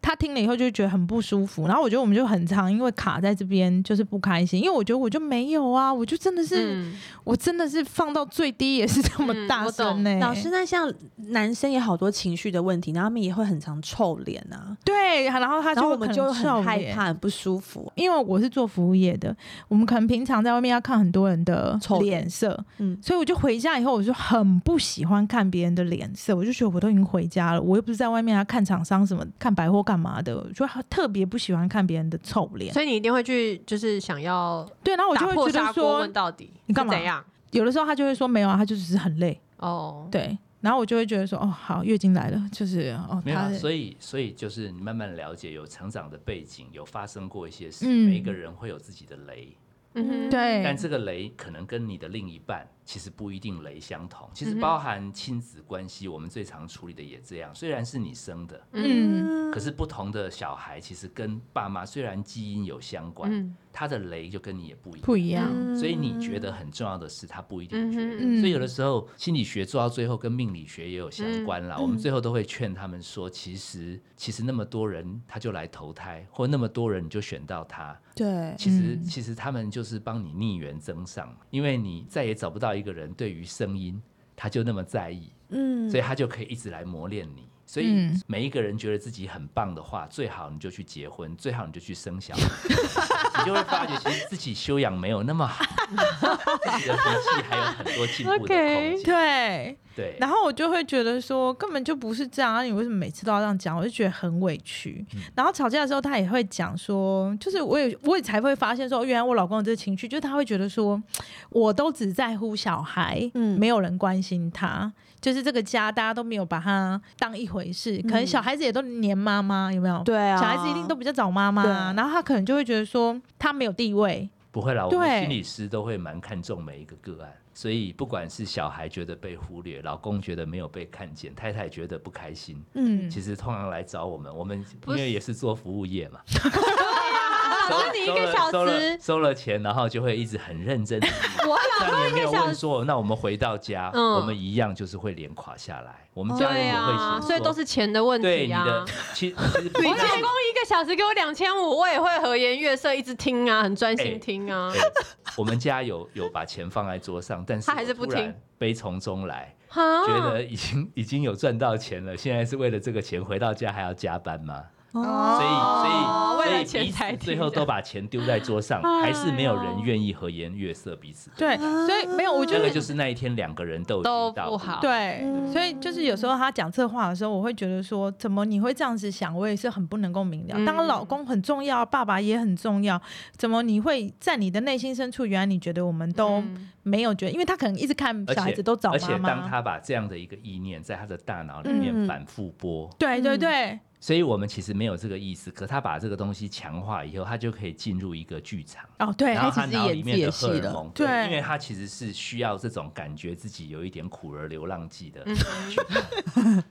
Speaker 5: 他听了以后就觉得很不舒服，然后我觉得我们就很常因为卡在这边就是不开心，因为我觉得我就没有啊，我就真的是、
Speaker 4: 嗯，
Speaker 5: 我真的是放到最低也是这么
Speaker 4: 嗯
Speaker 5: 大
Speaker 4: 我懂
Speaker 5: 声欸呢、
Speaker 1: 老师，那像男生也好多情绪的问题，然后他们也会很常臭脸啊，
Speaker 5: 对，然后他
Speaker 1: 然后
Speaker 5: 就欸
Speaker 1: 我们
Speaker 5: 可能
Speaker 1: 就
Speaker 5: 瘦
Speaker 1: 很害
Speaker 5: 脸
Speaker 1: 怕、很不舒服。
Speaker 5: 因为我是做服务业的，我们可能平常在外面要看很多人的
Speaker 1: 丑
Speaker 5: 脸色，
Speaker 1: 嗯，
Speaker 5: 所以我就回家以后，我就很不喜欢看别人的脸色，我就觉得我都已经回家了，我又不是在外面要看厂商什么、看百货干嘛的，我就特别不喜欢看别人的臭脸。
Speaker 4: 所以你一定会去，就是想要
Speaker 5: 对，然后我就
Speaker 4: 打破
Speaker 5: 会觉
Speaker 4: 砂
Speaker 5: 得
Speaker 4: 锅
Speaker 5: 说
Speaker 4: 问，到底，
Speaker 5: 你干
Speaker 4: 是
Speaker 5: 嘛
Speaker 4: 怎样？
Speaker 5: 有的时候他就会说没有啊，他就只是很累，
Speaker 4: 哦，
Speaker 5: 对，然后我就会觉得说，哦，好，月经来了，就是哦，
Speaker 3: 没有、
Speaker 5: 他
Speaker 3: 啊，
Speaker 5: 的
Speaker 3: 所以所以就是你慢慢了解，有成长的背景，有发生过一些事，
Speaker 5: 嗯
Speaker 3: 每一个人会有自己的雷。
Speaker 4: 嗯哼，
Speaker 5: 对，
Speaker 3: 但这个雷可能跟你的另一半其实不一定雷相同，
Speaker 5: 嗯
Speaker 3: 其实包含亲子关系，我们最常处理的也这样。虽然是你生的，
Speaker 5: 嗯，
Speaker 1: 嗯
Speaker 3: 可是不同的小孩其实跟爸妈虽然基因有相关，
Speaker 4: 嗯
Speaker 3: 他的雷就跟你也不一样。
Speaker 5: 不一样，
Speaker 3: 所以你觉得很重要的事，他不一定觉得。
Speaker 5: 嗯
Speaker 3: 所以有的时候心理学做到最后跟命理学也有相关啦。
Speaker 1: 嗯
Speaker 3: 我们最后都会劝他们说，其实其实那么多人他就来投胎，或那么多人你就选到他，
Speaker 1: 对，
Speaker 3: 其实、
Speaker 5: 嗯
Speaker 3: 其实他们就是帮你逆缘增上，因为你再也找不到一个人对于声音他就那么在意，
Speaker 1: 嗯
Speaker 3: 所以他就可以一直来磨练你。所以
Speaker 5: 嗯
Speaker 3: 每一个人觉得自己很棒的话，最好你就去结婚，最好你就去生小孩， 你就会发觉其实自己修养没有那么 好，自己的脾气还有很多进步的
Speaker 4: 嗯
Speaker 3: 空间。
Speaker 5: 对。
Speaker 3: 对，
Speaker 5: 然后我就会觉得说，根本就不是这样，啊、你为什么每次都要这样讲？我就觉得很委屈。然后吵架的时候，他也会讲说，就是我也我也才会发现说，哦原来我老公的这情绪，就是他会觉得说，我都只在乎小孩，
Speaker 1: 嗯
Speaker 5: 没有人关心他，就是这个家大家都没有把他当一回事，可能小孩子也都黏妈妈，有没有？
Speaker 1: 嗯对啊，
Speaker 5: 小孩子一定都比较找妈妈
Speaker 1: 对
Speaker 5: 啊，然后他可能就会觉得说他没有地位，
Speaker 3: 不会啦，我们
Speaker 5: 对
Speaker 3: 心理师都会蛮看重每一个个案，所以不管是小孩觉得被忽略，老公觉得没有被看见，太太觉得不开心，
Speaker 5: 嗯，
Speaker 3: 其实通常来找我们，我们因
Speaker 4: 不是
Speaker 3: 为也是做服务业 嘛，
Speaker 4: 老师你一个小
Speaker 3: 收了收
Speaker 4: 时
Speaker 3: 了，收了钱，然后就会一直很认 真地。
Speaker 4: 我
Speaker 3: 但也没有
Speaker 4: 一个小
Speaker 3: 问说，那我们回到家，
Speaker 4: 嗯
Speaker 3: 我们一样就是会脸垮下来。我们家人
Speaker 4: 对
Speaker 3: 也会
Speaker 4: 啊，
Speaker 3: 说，
Speaker 4: 所以都是钱的问
Speaker 3: 对
Speaker 4: 题
Speaker 3: 你
Speaker 4: 啊
Speaker 3: 的。其其实不
Speaker 4: 我
Speaker 5: 啊
Speaker 4: 老公一个小时给我两千五，我也会和颜悦色一直听啊，很专
Speaker 3: 哎
Speaker 4: 心听啊。
Speaker 3: 对我们家有有把钱放在桌上，但是
Speaker 4: 他还是不
Speaker 3: 我突然
Speaker 4: 听，嗯
Speaker 3: 悲从中来，
Speaker 4: 哈
Speaker 3: 觉得已经已经有赚到钱了，现在是为了这个钱回到家还要加班吗？所以，所
Speaker 4: 哦
Speaker 3: 以，
Speaker 4: 为
Speaker 3: 所
Speaker 4: 了
Speaker 3: 以
Speaker 4: 钱
Speaker 3: 彼此
Speaker 4: 才
Speaker 3: 最
Speaker 4: 听
Speaker 3: 后
Speaker 4: 的
Speaker 3: 都把钱丢在桌上，还是没有人愿意和颜悦色彼此。
Speaker 5: 对，所以没有，我觉
Speaker 3: 这
Speaker 5: 得
Speaker 3: 个就是那一天两个人都已经
Speaker 4: 都
Speaker 3: 到
Speaker 4: 不好
Speaker 5: 对，
Speaker 1: 嗯
Speaker 5: 所以就是有时候他讲这话的时候，我会觉得说，怎么你会这样子想？我也是很不能够明了。
Speaker 4: 嗯
Speaker 5: 当然老公很重要，爸爸也很重要，怎么你会在你的内心深处，原来你觉得我们都
Speaker 4: 嗯
Speaker 5: 没有觉得，因为他可能一直看
Speaker 3: 而
Speaker 5: 小孩
Speaker 3: 且
Speaker 5: 子都找
Speaker 3: 而且
Speaker 5: 妈
Speaker 3: 当
Speaker 5: 妈。
Speaker 3: 他把这样的一个意念在他的大脑里
Speaker 1: 嗯
Speaker 3: 面反复播，
Speaker 5: 对对对，
Speaker 3: 所以我们其实没有这个意思，可他把这个东西强化以后，他就可以进入一个剧场。
Speaker 5: 哦对
Speaker 3: 然，后
Speaker 1: 他
Speaker 3: 他
Speaker 1: 其实
Speaker 3: 脑
Speaker 1: 演
Speaker 3: 里面的
Speaker 1: 自
Speaker 3: 荷
Speaker 1: 己的戏
Speaker 3: 尔
Speaker 1: 了
Speaker 3: 蒙，
Speaker 5: 对
Speaker 3: 因为他其实是需要这种感觉自己有一点苦儿流浪记的，
Speaker 4: 嗯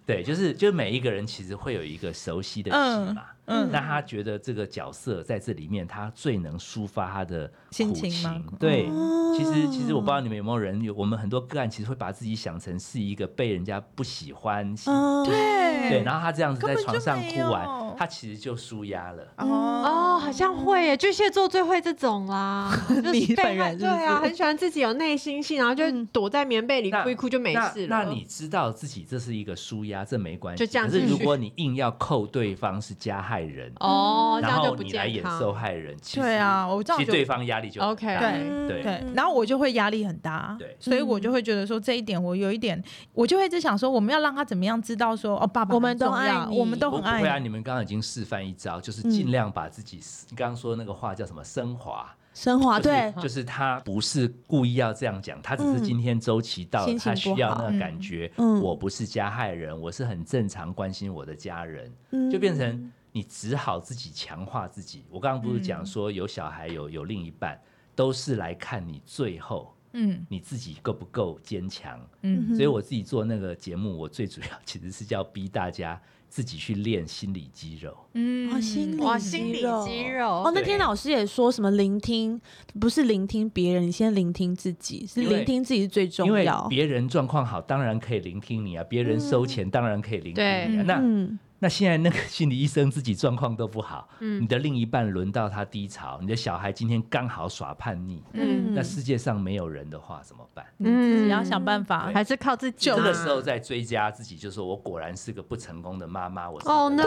Speaker 3: 对，就是就每一个人其实会有一个熟悉的戏嘛，
Speaker 5: 嗯
Speaker 3: 那他觉得这个角色在这里面，他最能抒发他的
Speaker 5: 心
Speaker 3: 苦
Speaker 5: 情吗
Speaker 3: 对，
Speaker 1: 哦
Speaker 3: 其实其实我不知道你们有没有人有，我们很多个案其实会把自己想成是一个被人家不喜欢，喜
Speaker 1: 嗯，
Speaker 5: 哦对
Speaker 3: 对，然后他这样子在
Speaker 5: 根本
Speaker 3: 床
Speaker 5: 就
Speaker 3: 上
Speaker 5: 没
Speaker 3: 哭完
Speaker 5: 有，
Speaker 3: 他其实就舒压了。
Speaker 5: 嗯
Speaker 4: 哦，好像会耶，巨蟹座最会这 种啦，就是
Speaker 1: 嗯你
Speaker 4: 被
Speaker 1: 本
Speaker 4: 害
Speaker 1: 人是
Speaker 4: 对
Speaker 1: 不
Speaker 4: 啊，
Speaker 1: 是
Speaker 4: 很喜欢自己有内心戏，然后就躲在棉被里哭一哭就没事了。
Speaker 3: 那。那你知道自己这是一个舒压，这没关系。
Speaker 4: 就这样
Speaker 3: 可是
Speaker 4: 继续
Speaker 3: 如果你硬要扣对方是加害人，
Speaker 1: 嗯
Speaker 4: 哦，这
Speaker 3: 然
Speaker 4: 样就
Speaker 3: 后
Speaker 4: 不
Speaker 3: 你来
Speaker 4: 健
Speaker 3: 演
Speaker 4: 康。
Speaker 3: 受害人，其实
Speaker 5: 对啊，，我这样
Speaker 3: 其实
Speaker 5: 觉得
Speaker 3: 对方压力就很
Speaker 4: OK
Speaker 3: 大
Speaker 5: 对
Speaker 3: 对
Speaker 5: 对，
Speaker 1: 嗯
Speaker 5: 然后我就会压力很大，
Speaker 3: 对
Speaker 5: 所以我就会觉得说这一点我有一点，我就会一直想说，我们要让他怎么样知道说哦，爸爸
Speaker 1: 我们
Speaker 5: 很重
Speaker 1: 都爱嗯
Speaker 5: 要
Speaker 1: 你
Speaker 5: 我们都
Speaker 3: 不
Speaker 5: 很
Speaker 3: 不会啊！
Speaker 5: 爱
Speaker 3: 你们刚刚已经示范一招，就是尽量把自己，你刚刚说那个话叫什么升华？
Speaker 1: 升华
Speaker 3: 就是
Speaker 1: 啊对，
Speaker 3: 就是他不是故意要这样讲，他只是
Speaker 1: 嗯
Speaker 3: 今天周期到了，
Speaker 1: 心情
Speaker 3: 他需要
Speaker 1: 不好
Speaker 3: 那个感觉。
Speaker 1: 嗯嗯
Speaker 3: 我不是加害人，我是很正常关心我的家人，
Speaker 1: 嗯
Speaker 3: 就变成你只好自己强化自己。我刚刚不是
Speaker 1: 嗯
Speaker 3: 讲说有小孩有有另一半，都是来看你最后
Speaker 5: 嗯
Speaker 3: 你自己够不够坚强。
Speaker 5: 嗯
Speaker 3: 所以我自己做那个节目，我最主要其实是要逼大家自己去练心理肌肉。
Speaker 5: 嗯
Speaker 1: 哇心
Speaker 4: 哇，
Speaker 1: 理
Speaker 4: 心理
Speaker 1: 肌肉
Speaker 4: 肌肉
Speaker 1: 哦，那天
Speaker 3: 对
Speaker 1: 老师也说什么聆听，不是聆听别人，你先聆听自己，是
Speaker 3: 因为
Speaker 1: 聆听自己是最重
Speaker 3: 因为
Speaker 1: 要。
Speaker 3: 别人状况好，当然可以聆听你啊；别人收钱，当然可以聆听你啊。
Speaker 5: 对
Speaker 3: 那
Speaker 1: 嗯，
Speaker 3: 那现在那个 心理医生自己状况都不好，
Speaker 4: 嗯
Speaker 3: 你的另一半轮到他低潮，你的小孩今天刚好耍叛逆，
Speaker 4: 嗯
Speaker 3: 那世界上没有人的话怎么办？
Speaker 5: 你自
Speaker 1: 嗯
Speaker 5: 己要想办法，
Speaker 4: 还是靠自己
Speaker 3: 这
Speaker 4: 啦。
Speaker 3: 个时候再追加自己，就说我果然是个不成功的妈妈，我是
Speaker 4: 哦
Speaker 3: 个
Speaker 4: no，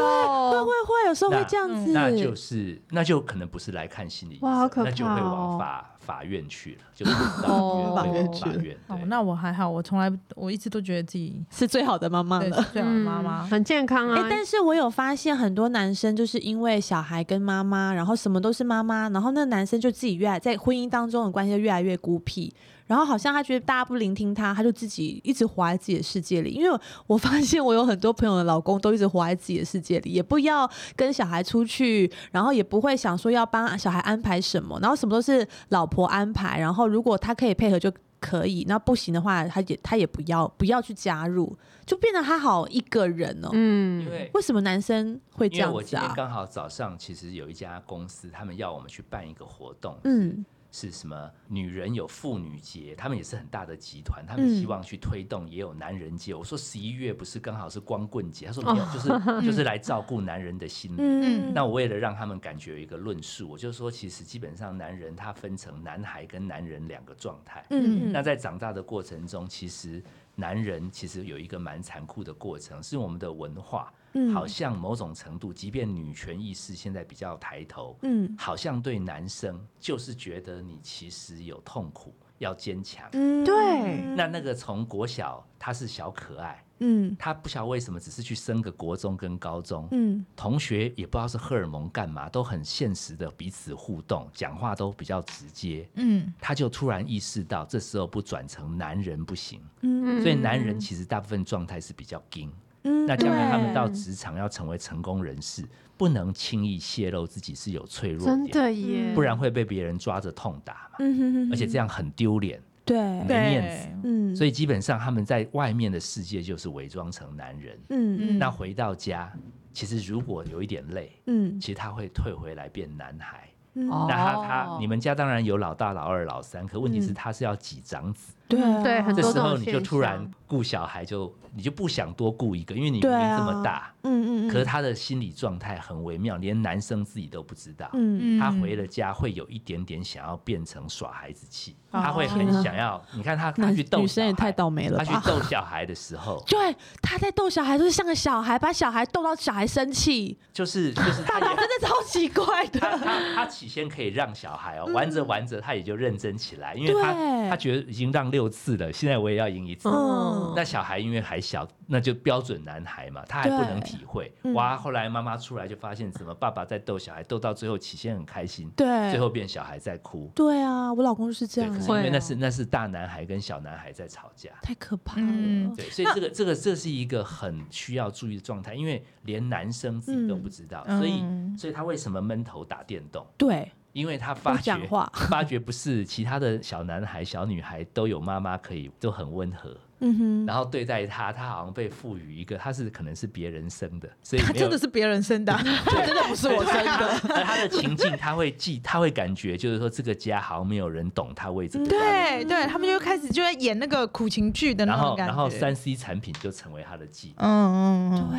Speaker 1: 会会会，有时候会这样子，
Speaker 3: 那就是那就可能不是来看心理医生，
Speaker 4: 哇好可
Speaker 3: 那就
Speaker 4: 怕
Speaker 3: 会
Speaker 4: 哦
Speaker 3: 往法法院去了，就是
Speaker 4: 哦
Speaker 3: 法院对
Speaker 1: 法
Speaker 3: 法
Speaker 1: 院
Speaker 3: 院。
Speaker 5: 哦
Speaker 3: 对，
Speaker 5: 那我还好，我从来我一直都觉得自己
Speaker 1: 是最好的妈啊妈
Speaker 5: 对
Speaker 1: 了。
Speaker 5: 是最好的妈妈
Speaker 4: 嗯，很健康
Speaker 1: 哎、
Speaker 4: 啊。
Speaker 1: 但是我有发现很多男生就是因为小孩跟妈妈，然后什么都是妈妈，然后那男生就自己越来在婚姻当中的关系就越来越孤僻，然后好像他觉得大家不聆听他，他就自己一直活在自己的世界里。因为我发现我有很多朋友的老公都一直活在自己的世界里，也不要跟小孩出去，然后也不会想说要帮小孩安排什么，然后什么都是老婆安排。然后如果他可以配合就可以，那不行的话，他也他也不要不要去加入，就变得他好一个人哦。
Speaker 4: 嗯
Speaker 3: 因为
Speaker 1: 为什么男生会这
Speaker 3: 因为我
Speaker 1: 样子
Speaker 3: 今天
Speaker 1: 啊？
Speaker 3: 刚好早上其实有一家公司，他们要我们去办一个活动，
Speaker 1: 嗯
Speaker 3: 是什么？女人有妇女节，他们也是很大的集团，他们希望去推动也有男人节。我说十一月不是刚好是光棍节？他说没有，就是就是来照顾男人的心理。
Speaker 1: 嗯，
Speaker 3: 那我为了让他们感觉有一个论述，我就说，其实基本上男人他分成男孩跟男人两个状态。
Speaker 1: 嗯
Speaker 3: 那在长大的过程中，其实男人其实有一个蛮残酷的过程，是我们的文化
Speaker 1: 嗯
Speaker 3: 好像某种程度，即便女权意识现在比较抬头，
Speaker 1: 嗯
Speaker 3: 好像对男生就是觉得你其实有痛苦，要坚强。
Speaker 1: 嗯，
Speaker 4: 对
Speaker 3: 那那个从国小他是小可爱，
Speaker 1: 嗯
Speaker 3: 他不晓得为什么只是去升个国中跟高中，
Speaker 1: 嗯
Speaker 3: 同学也不知道是荷尔蒙干嘛，都很现实的彼此互动，讲话都比较直接。
Speaker 5: 嗯
Speaker 3: 他就突然意识到，这时候不转成男人不行，
Speaker 1: 嗯
Speaker 3: 所以男人其实大部分状态是比较硬。
Speaker 1: 嗯
Speaker 3: 那将来他们
Speaker 5: 对
Speaker 3: 到职场要成为成功人士，不能轻易泄露自己是有脆弱
Speaker 4: 真
Speaker 3: 点，
Speaker 4: 的耶，
Speaker 3: 不然会被别人抓着痛打嘛，
Speaker 1: 嗯
Speaker 3: 而且这
Speaker 1: 样
Speaker 3: 样很丢脸。
Speaker 1: 对
Speaker 3: 没
Speaker 5: 对
Speaker 3: 面，
Speaker 1: 嗯
Speaker 3: 所
Speaker 1: 以
Speaker 3: 以基本上他们在外面的世界就是伪装成男人，
Speaker 1: 嗯
Speaker 5: 嗯
Speaker 3: 那回到家，其实如果有一点累，
Speaker 1: 嗯
Speaker 3: 其实他会退回来变男孩。
Speaker 1: 嗯
Speaker 4: 哦
Speaker 3: 那他他你们家当然有老大、老二、老三，可问题是
Speaker 1: 嗯
Speaker 3: 他是要几长子，
Speaker 1: 对啊
Speaker 4: 对很
Speaker 3: 这
Speaker 4: 多
Speaker 3: 时候
Speaker 4: 这种
Speaker 3: 你就
Speaker 4: 现
Speaker 3: 突然
Speaker 4: 象
Speaker 3: 顾小孩就你就不想多顾一个，因为你
Speaker 1: 对
Speaker 3: 年
Speaker 1: 啊
Speaker 3: 龄这么大，
Speaker 1: 嗯嗯嗯，
Speaker 3: 可是他的心理状态很微妙，连男生自己都不知道。
Speaker 1: 嗯
Speaker 5: 嗯
Speaker 3: 他回了家会有一点点想要变成耍孩子气，
Speaker 5: 哦
Speaker 3: 他会很想要。你看他，他
Speaker 1: 男
Speaker 3: 去逗
Speaker 1: 女生也
Speaker 3: 小孩
Speaker 1: 太倒霉了
Speaker 3: 他去
Speaker 1: 吧。，
Speaker 3: 逗小孩的时候
Speaker 1: 对，他在逗小孩，就是像个小孩，把小孩逗到小孩生 气，
Speaker 3: 就是就是他
Speaker 1: 爸爸
Speaker 3: 也
Speaker 1: 真的超奇怪
Speaker 3: 他
Speaker 1: 的。
Speaker 3: 他他起先可以让小孩哦，玩着玩着他也就认真起来，因
Speaker 1: 嗯
Speaker 3: 为
Speaker 1: 对
Speaker 3: 他他觉得已经让六次了，现在我也要赢一次。
Speaker 1: 嗯
Speaker 3: 那小孩因为还小，那就标准男孩嘛，他还不能体会
Speaker 1: 对嗯。
Speaker 3: 哇，后来妈妈出来就发现，怎么爸爸在逗小孩，逗到最后起先很开心，
Speaker 1: 对，
Speaker 3: 最后变小孩在哭。
Speaker 1: 对啊，我老公就是哎这
Speaker 3: 对，
Speaker 1: 样欸，
Speaker 3: 可是因为
Speaker 4: 会
Speaker 3: 那
Speaker 4: 哦
Speaker 3: 是那是大男孩跟小男孩在吵架。
Speaker 1: 太可怕了
Speaker 5: 嗯。
Speaker 3: 对，所以这个这个这是一个很需要注意的状态，因为连男生自己都不知道，
Speaker 5: 嗯
Speaker 3: 所以
Speaker 5: 嗯
Speaker 3: 所以他为什么闷头打电动？
Speaker 1: 对，
Speaker 3: 因为他
Speaker 1: 不
Speaker 3: 发觉
Speaker 1: 讲话，
Speaker 3: 发觉不是其他的小男孩、小女孩都有妈妈可以都很温和，
Speaker 1: 嗯哼，
Speaker 3: 然后对待他，他好像被赋予一个他是可能是别人生的，所以
Speaker 5: 嗯他
Speaker 3: 没有
Speaker 5: 真的是别人生的啊，这真的不是我生的。
Speaker 3: 而他的情境，他会记，他会感觉就是说这个家好像没有人懂他为这个家里。
Speaker 5: 嗯对对，他们就开始就在演那个苦情剧的那
Speaker 3: 然
Speaker 5: 种
Speaker 3: 后，
Speaker 5: 感觉。
Speaker 3: 然后三 C 产品就成为他的记忆。
Speaker 5: 嗯，嗯嗯，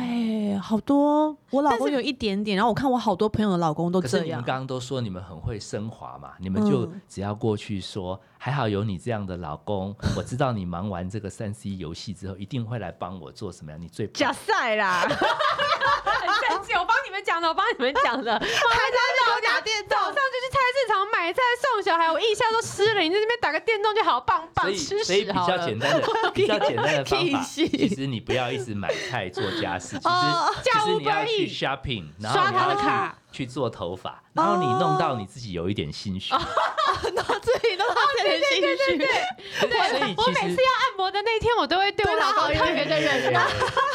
Speaker 1: 对，好多我老
Speaker 5: 但
Speaker 1: 公
Speaker 5: 是
Speaker 1: 有一点点，然后我看我好多朋友的老公都
Speaker 3: 可是
Speaker 1: 这
Speaker 3: 你们
Speaker 1: 样。
Speaker 3: 刚刚都说你们很会升华嘛，你们就
Speaker 1: 嗯
Speaker 3: 只要过去说，还好有你这样的老公，我知道你忙完这个三 C 游戏之后，一定会来帮我做什么样，你最棒
Speaker 5: 假赛啦，
Speaker 4: 很生气，我帮你们讲的，我帮你们讲的。
Speaker 5: 还在打电
Speaker 4: 早上就去菜市场买菜送小孩，我一下都湿了。你在那边打个电动就好棒棒
Speaker 3: 所，以，
Speaker 4: 吃
Speaker 3: 所以
Speaker 4: 屎
Speaker 3: 比
Speaker 4: 好
Speaker 3: 较
Speaker 4: 了。
Speaker 3: 简单的、比较简单的方法，
Speaker 1: 屁
Speaker 3: 其实你不要一直买菜做家事，其实
Speaker 4: 哦
Speaker 3: 其
Speaker 4: 叫
Speaker 3: 实你要
Speaker 4: Uber
Speaker 3: 去
Speaker 4: Eats
Speaker 3: shopping，然
Speaker 4: 刷
Speaker 3: 后你
Speaker 4: 他
Speaker 3: 要
Speaker 4: 的
Speaker 3: 去
Speaker 4: 卡
Speaker 3: 去做头发，然后你弄到你自己有一点心虚。
Speaker 1: 自己都特别
Speaker 3: 哦
Speaker 1: 心虚。
Speaker 3: 所以
Speaker 4: 我
Speaker 3: 其
Speaker 4: 每
Speaker 3: 实
Speaker 4: 次要按摩的那天，我都会对我啊老公特别的忍耐。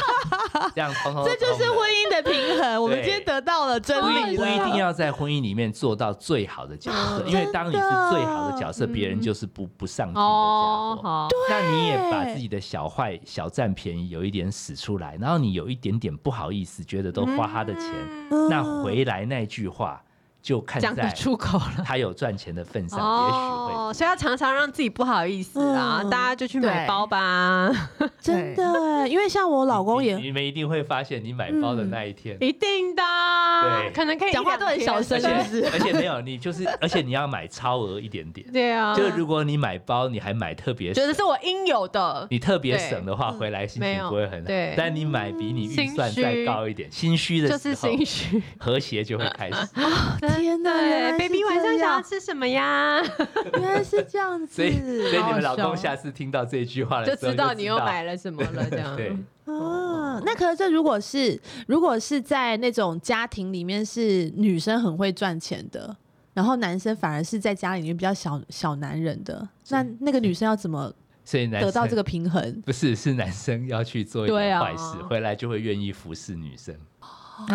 Speaker 3: 对哦这样通通
Speaker 1: 这就是婚姻的平衡。我们
Speaker 3: 对
Speaker 1: 今天得到了
Speaker 4: 哦啊
Speaker 1: 真
Speaker 3: 不
Speaker 1: 理
Speaker 3: 一不
Speaker 1: 了，
Speaker 3: 一定要在婚姻里面做到最好的角
Speaker 4: 哦
Speaker 3: 色，
Speaker 1: 嗯
Speaker 3: 因为当你是最好的角色，
Speaker 4: 真的
Speaker 3: 别人就是不不上进的
Speaker 4: 哦
Speaker 3: 家，伙。
Speaker 4: 好，
Speaker 3: 那你也把自己的小坏、小占便宜有一点使出来，然后你有一点点不好意思，觉得都花他的钱，
Speaker 1: 嗯
Speaker 3: 那回来那句话就看
Speaker 4: 讲得
Speaker 3: 在
Speaker 4: 出口了。
Speaker 3: 他有赚钱的份上，也许会。
Speaker 4: 哦，所以要常常让自己不好意思啊，
Speaker 1: 嗯
Speaker 4: 大家就去买
Speaker 5: 对
Speaker 4: 包吧，
Speaker 1: 真的，因为像我老公
Speaker 3: 你
Speaker 1: 也
Speaker 3: 你们一定会发现，你买包
Speaker 4: 嗯
Speaker 3: 的那一天，
Speaker 4: 一定的。
Speaker 3: 对
Speaker 4: 可能可以
Speaker 1: 讲话
Speaker 4: 一两
Speaker 1: 都很
Speaker 4: 天
Speaker 1: 小声
Speaker 3: 而
Speaker 1: 真的
Speaker 3: 且
Speaker 1: 是
Speaker 3: 而且没有你就是，而且你要买超额一点 点。
Speaker 4: 对啊，
Speaker 3: 就是如果你买包，你还买特别
Speaker 4: 觉
Speaker 3: 省
Speaker 4: 得，是我应有的。
Speaker 3: 你特别省的话，回来心
Speaker 4: 嗯没
Speaker 3: 情
Speaker 4: 有
Speaker 3: 不会很好
Speaker 4: 对。
Speaker 3: 但你买比你预算
Speaker 4: 心
Speaker 3: 再
Speaker 4: 虚
Speaker 3: 高一点，心虚的
Speaker 4: 就是
Speaker 3: 时候，
Speaker 4: 心虚，
Speaker 3: 和谐就会 开始。
Speaker 1: 天哪哦原来是
Speaker 4: ！baby
Speaker 1: 这
Speaker 4: 晚上想要
Speaker 1: 样
Speaker 4: 吃什么呀？
Speaker 1: 原来是这样子
Speaker 3: 所以，所以你
Speaker 5: 好好
Speaker 3: 们老
Speaker 5: 笑
Speaker 3: 公下次听到这句话的
Speaker 4: 就
Speaker 3: 时候，
Speaker 4: 知道你又买了什么了，这样。
Speaker 3: 对，哦
Speaker 1: 啊。那可是这如果是如果是在那种家庭里面是女生很会赚钱的，然后男生反而是在家里面比较小小男人的，那那个女生要怎么
Speaker 3: 所以男
Speaker 1: 得到这
Speaker 3: 生
Speaker 1: 个平衡？
Speaker 3: 不是是男生要去做一
Speaker 4: 对
Speaker 3: 点
Speaker 4: 啊
Speaker 3: 坏事，回来就会愿意服侍女生。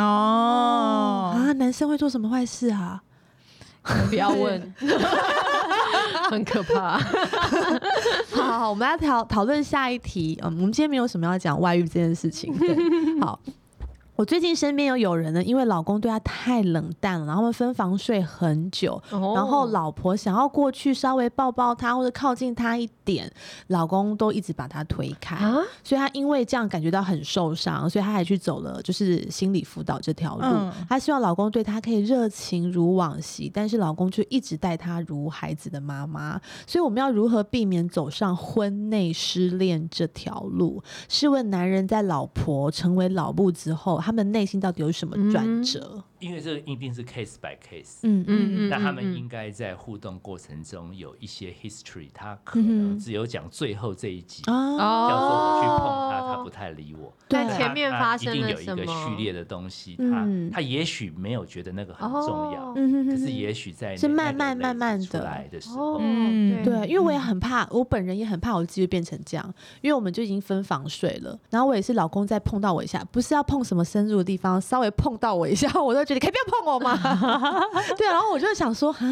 Speaker 5: 哦，
Speaker 1: 啊，男生会做什么坏事啊？
Speaker 4: 不要问， 很可怕。
Speaker 1: 好好，好我们要讨讨论下一题。嗯，我们今天没有什么要讲外遇这件事情。对好，我最近身边有有人呢，因为老公对她太冷淡了，然后他们分房睡很久，
Speaker 4: 然
Speaker 1: 然后老婆想要过去稍微抱抱她或者靠近她一点，老公都一直把她推开，
Speaker 4: 啊，
Speaker 1: 所以她因为这样感觉到很受伤，所以她还去走了就是心理辅导这条路。
Speaker 5: 嗯
Speaker 1: 她希望老公对她可以热情如往昔，但是老公却一直待她如孩子的妈妈。所以我们要如何避免走上婚内失恋这条路？试问男人在老婆成为老母之后，他们内心到底有什么转折？
Speaker 3: 因为这个一定是 case by case，、
Speaker 1: 嗯
Speaker 4: 嗯嗯嗯，
Speaker 3: 那他们
Speaker 4: 嗯
Speaker 3: 应该在互动过程中有一些 history，他可
Speaker 1: 嗯哼
Speaker 3: 能只有讲最后这一集，
Speaker 1: 嗯啊，
Speaker 3: 叫做我去碰
Speaker 4: 哦
Speaker 3: 他，他不太理我。
Speaker 1: 对啊
Speaker 4: 那
Speaker 3: 他
Speaker 4: 前面
Speaker 3: 他
Speaker 4: 发
Speaker 3: 一
Speaker 4: 生
Speaker 3: 定
Speaker 4: 了
Speaker 3: 有一
Speaker 4: 什
Speaker 3: 个序
Speaker 4: 么？
Speaker 3: 列的东西，
Speaker 1: 嗯
Speaker 3: 他他也许没有觉得那个很重要，
Speaker 4: 哦
Speaker 1: 嗯哼哼
Speaker 3: 可
Speaker 1: 哼
Speaker 3: 是也许在
Speaker 1: 是
Speaker 3: 那
Speaker 1: 慢
Speaker 3: 那个
Speaker 1: 慢慢
Speaker 3: layer
Speaker 1: 慢
Speaker 3: 出
Speaker 1: 的
Speaker 3: 来的时候，
Speaker 4: 哦，
Speaker 5: 嗯
Speaker 1: 对，因为我也很怕，我本人也很怕我自己会变成这样，因为我们就已经分房睡了，然后我也是老公再碰到我一下，不是要碰什么深入的地方，稍微碰到我一下，我都觉得可以不要碰我 吗？对，然后我就想说，哈，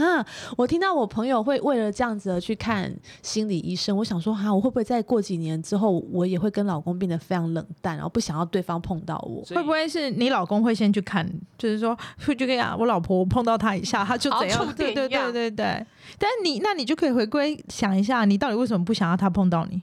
Speaker 1: 我听到我朋友会为了这样子而去看心理医生，我想说，哈，我会不会再过几年之后，我也会跟老公变得非常冷淡，然后不想要对方碰到我？
Speaker 3: 所以
Speaker 5: 会不会是你老公会先去看？就是说，会去跟你讲，我老婆碰到他一下，他就怎
Speaker 4: 好
Speaker 5: 样？
Speaker 4: 触
Speaker 5: 对
Speaker 4: 电
Speaker 5: 对
Speaker 4: 一样
Speaker 5: 对对对。但你那你就可以回归想一下，你到底为什么不想要他碰到你？